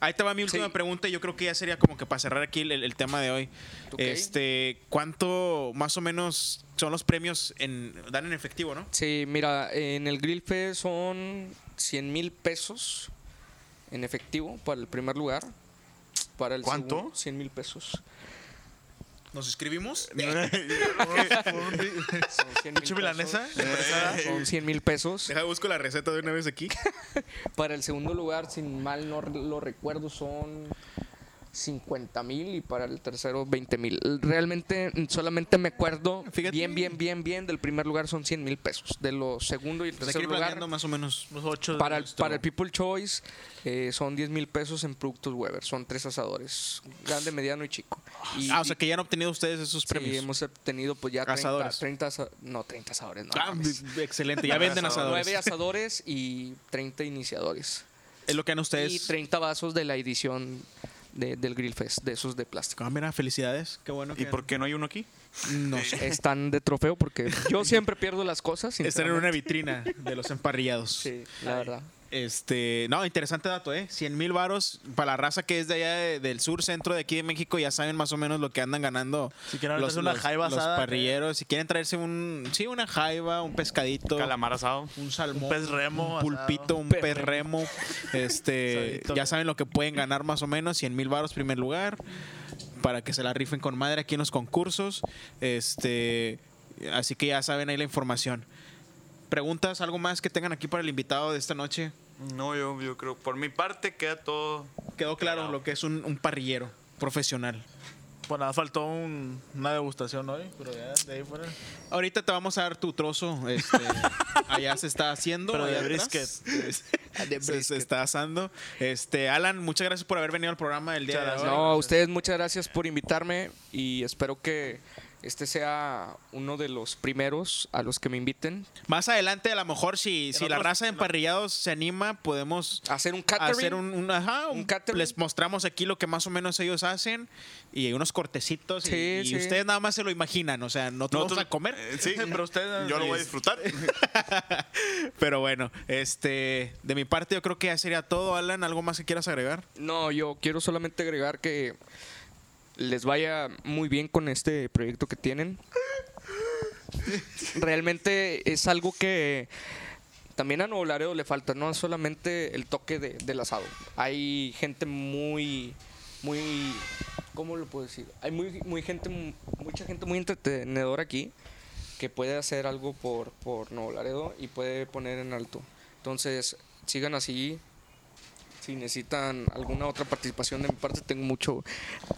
Ahí te va mi última Sí. pregunta. y Yo creo que ya sería como que para cerrar aquí el, el tema de hoy. Ok. Este, ¿cuánto más o menos son los premios en dan en efectivo, no? Sí, mira, en el Grill Fest son 100 mil pesos en efectivo para el primer lugar. Para el ¿Cuánto? segundo, 100 mil pesos. ¿Nos inscribimos? Son 100,000 ¿Pinche milanesa? pesos. Eh. Son 100 mil pesos. Deja, busco la receta de una vez aquí. Pues Para el segundo lugar, sin mal no lo recuerdo, son 50 mil y para el tercero 20 mil. Realmente mm, solamente me acuerdo Fíjate. bien, bien, bien, bien. Del primer lugar son 100 mil pesos. De lo segundo y el Pues hay que tercer ir lugar, planeando más o menos. Los ocho. para el, para el People Choice eh, son 10 mil pesos en productos Weber. Son tres asadores, grande, mediano y chico. Y, Ah, o sea que ya han obtenido ustedes esos sí, premios. hemos obtenido pues ya 30, Asadores. 30 asa- no, 30 asadores, no. Ah, mames. excelente, ya venden asadores. 9 asadores y 30 iniciadores. Es lo que han Y ustedes. 30 vasos de la edición de- del Grill Fest, de esos de plástico. Ah, mira, felicidades. Qué bueno. ¿Y que- por qué no hay uno aquí? No sé, están de trofeo porque yo siempre pierdo las cosas. Están en sinceramente. una vitrina de los emparrillados. Sí, la verdad. Este, no, interesante dato, ¿eh? 100 mil varos para la raza que es de allá de- del sur, centro de aquí de México, ya saben más o menos lo que andan ganando. Si quieren meterse una jaiba los asada, parrilleros, si quieren traerse un, sí, una jaiba, un pescadito, Calamar asado. un salmón, Un pez remo un asado. pulpito, un Pez pez remo, este, Asadito. ya saben lo que pueden ganar más o menos, 100 mil varos primer lugar, para que se la rifen con madre aquí en los concursos, este, así que ya saben ahí la información. ¿Preguntas, algo más que tengan aquí para el invitado de esta noche? No, yo, yo creo. Por mi parte queda todo. Quedó claro lo que es un, un parrillero profesional. Pues nada, faltó un- una degustación hoy, pero ya de ahí fuera. Ahorita te vamos a dar tu trozo. este, allá se está haciendo. Pero de allá atrás. De Se, se está asando. Este, Alan, muchas gracias por haber venido al programa el día Muchas de hoy. gracias. No, a ustedes muchas gracias por invitarme y espero que este sea uno de los primeros a los que me inviten. Más adelante, a lo mejor, si, si la otros- raza de emparrillados se anima, podemos a Hacer un catering. hacer un, un- ajá, Un un- catering. les mostramos aquí lo que más o menos ellos hacen y unos cortecitos y- Sí, y, sí. ustedes nada más se lo imaginan o sea no todos a comer Eh, Sí, pero usted. Yo lo voy a disfrutar. pero bueno este de mi parte yo creo que ya sería todo Alan algo más que quieras agregar No, yo quiero solamente agregar que les vaya muy bien con este proyecto que tienen. Realmente es algo que también a Nuevo Laredo le falta, no solamente el toque de- del asado. Hay gente muy, muy, ¿cómo lo puedo decir? Hay muy, muy gente, mucha gente muy entretenedora aquí que puede hacer algo por, por Nuevo Laredo y puede poner en alto. Entonces, sigan así, si necesitan alguna otra participación de mi parte, tengo mucho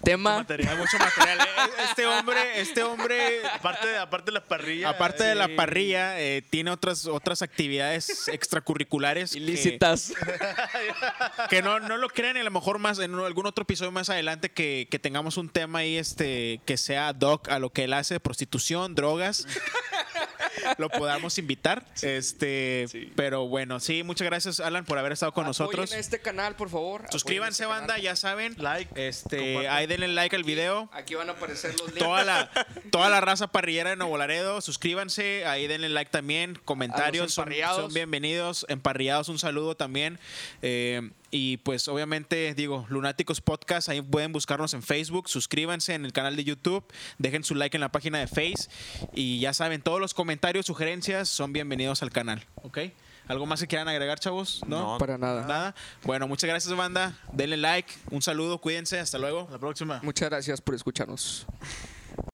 tema. Material. mucho material. Eh, Este hombre, este hombre, Aparte de, aparte de las parrillas. aparte de la parrilla, eh, tiene otras, otras actividades extracurriculares que- Ilícitas. que, no, no lo crean y a lo mejor más en algún otro episodio más adelante que, que tengamos un tema ahí este que sea ad hoc a lo que él hace, prostitución, drogas. lo podamos invitar. este, pero bueno, sí, muchas gracias Alan por haber estado con nosotros. Apoyen este canal, por favor. Apoyen Suscríbanse, este banda, canal. ya saben. Like. Este, ahí denle like al video. Aquí van a aparecer los links. toda la, toda la raza parrillera de Nuevo Laredo, suscríbanse, ahí denle like también, comentarios, son, emparrillados. son bienvenidos, emparrillados, un saludo también. Eh, y pues obviamente digo, Lunáticos Podcast, ahí pueden buscarnos en Facebook, suscríbanse en el canal de YouTube, dejen su like en la página de Face y ya saben, todos los comentarios, sugerencias son bienvenidos al canal, ¿ok? ¿Algo más que quieran agregar, chavos? No, No, Para nada. nada. Bueno, muchas gracias, banda. Denle like, un saludo, cuídense, hasta luego. La próxima. Muchas gracias por escucharnos.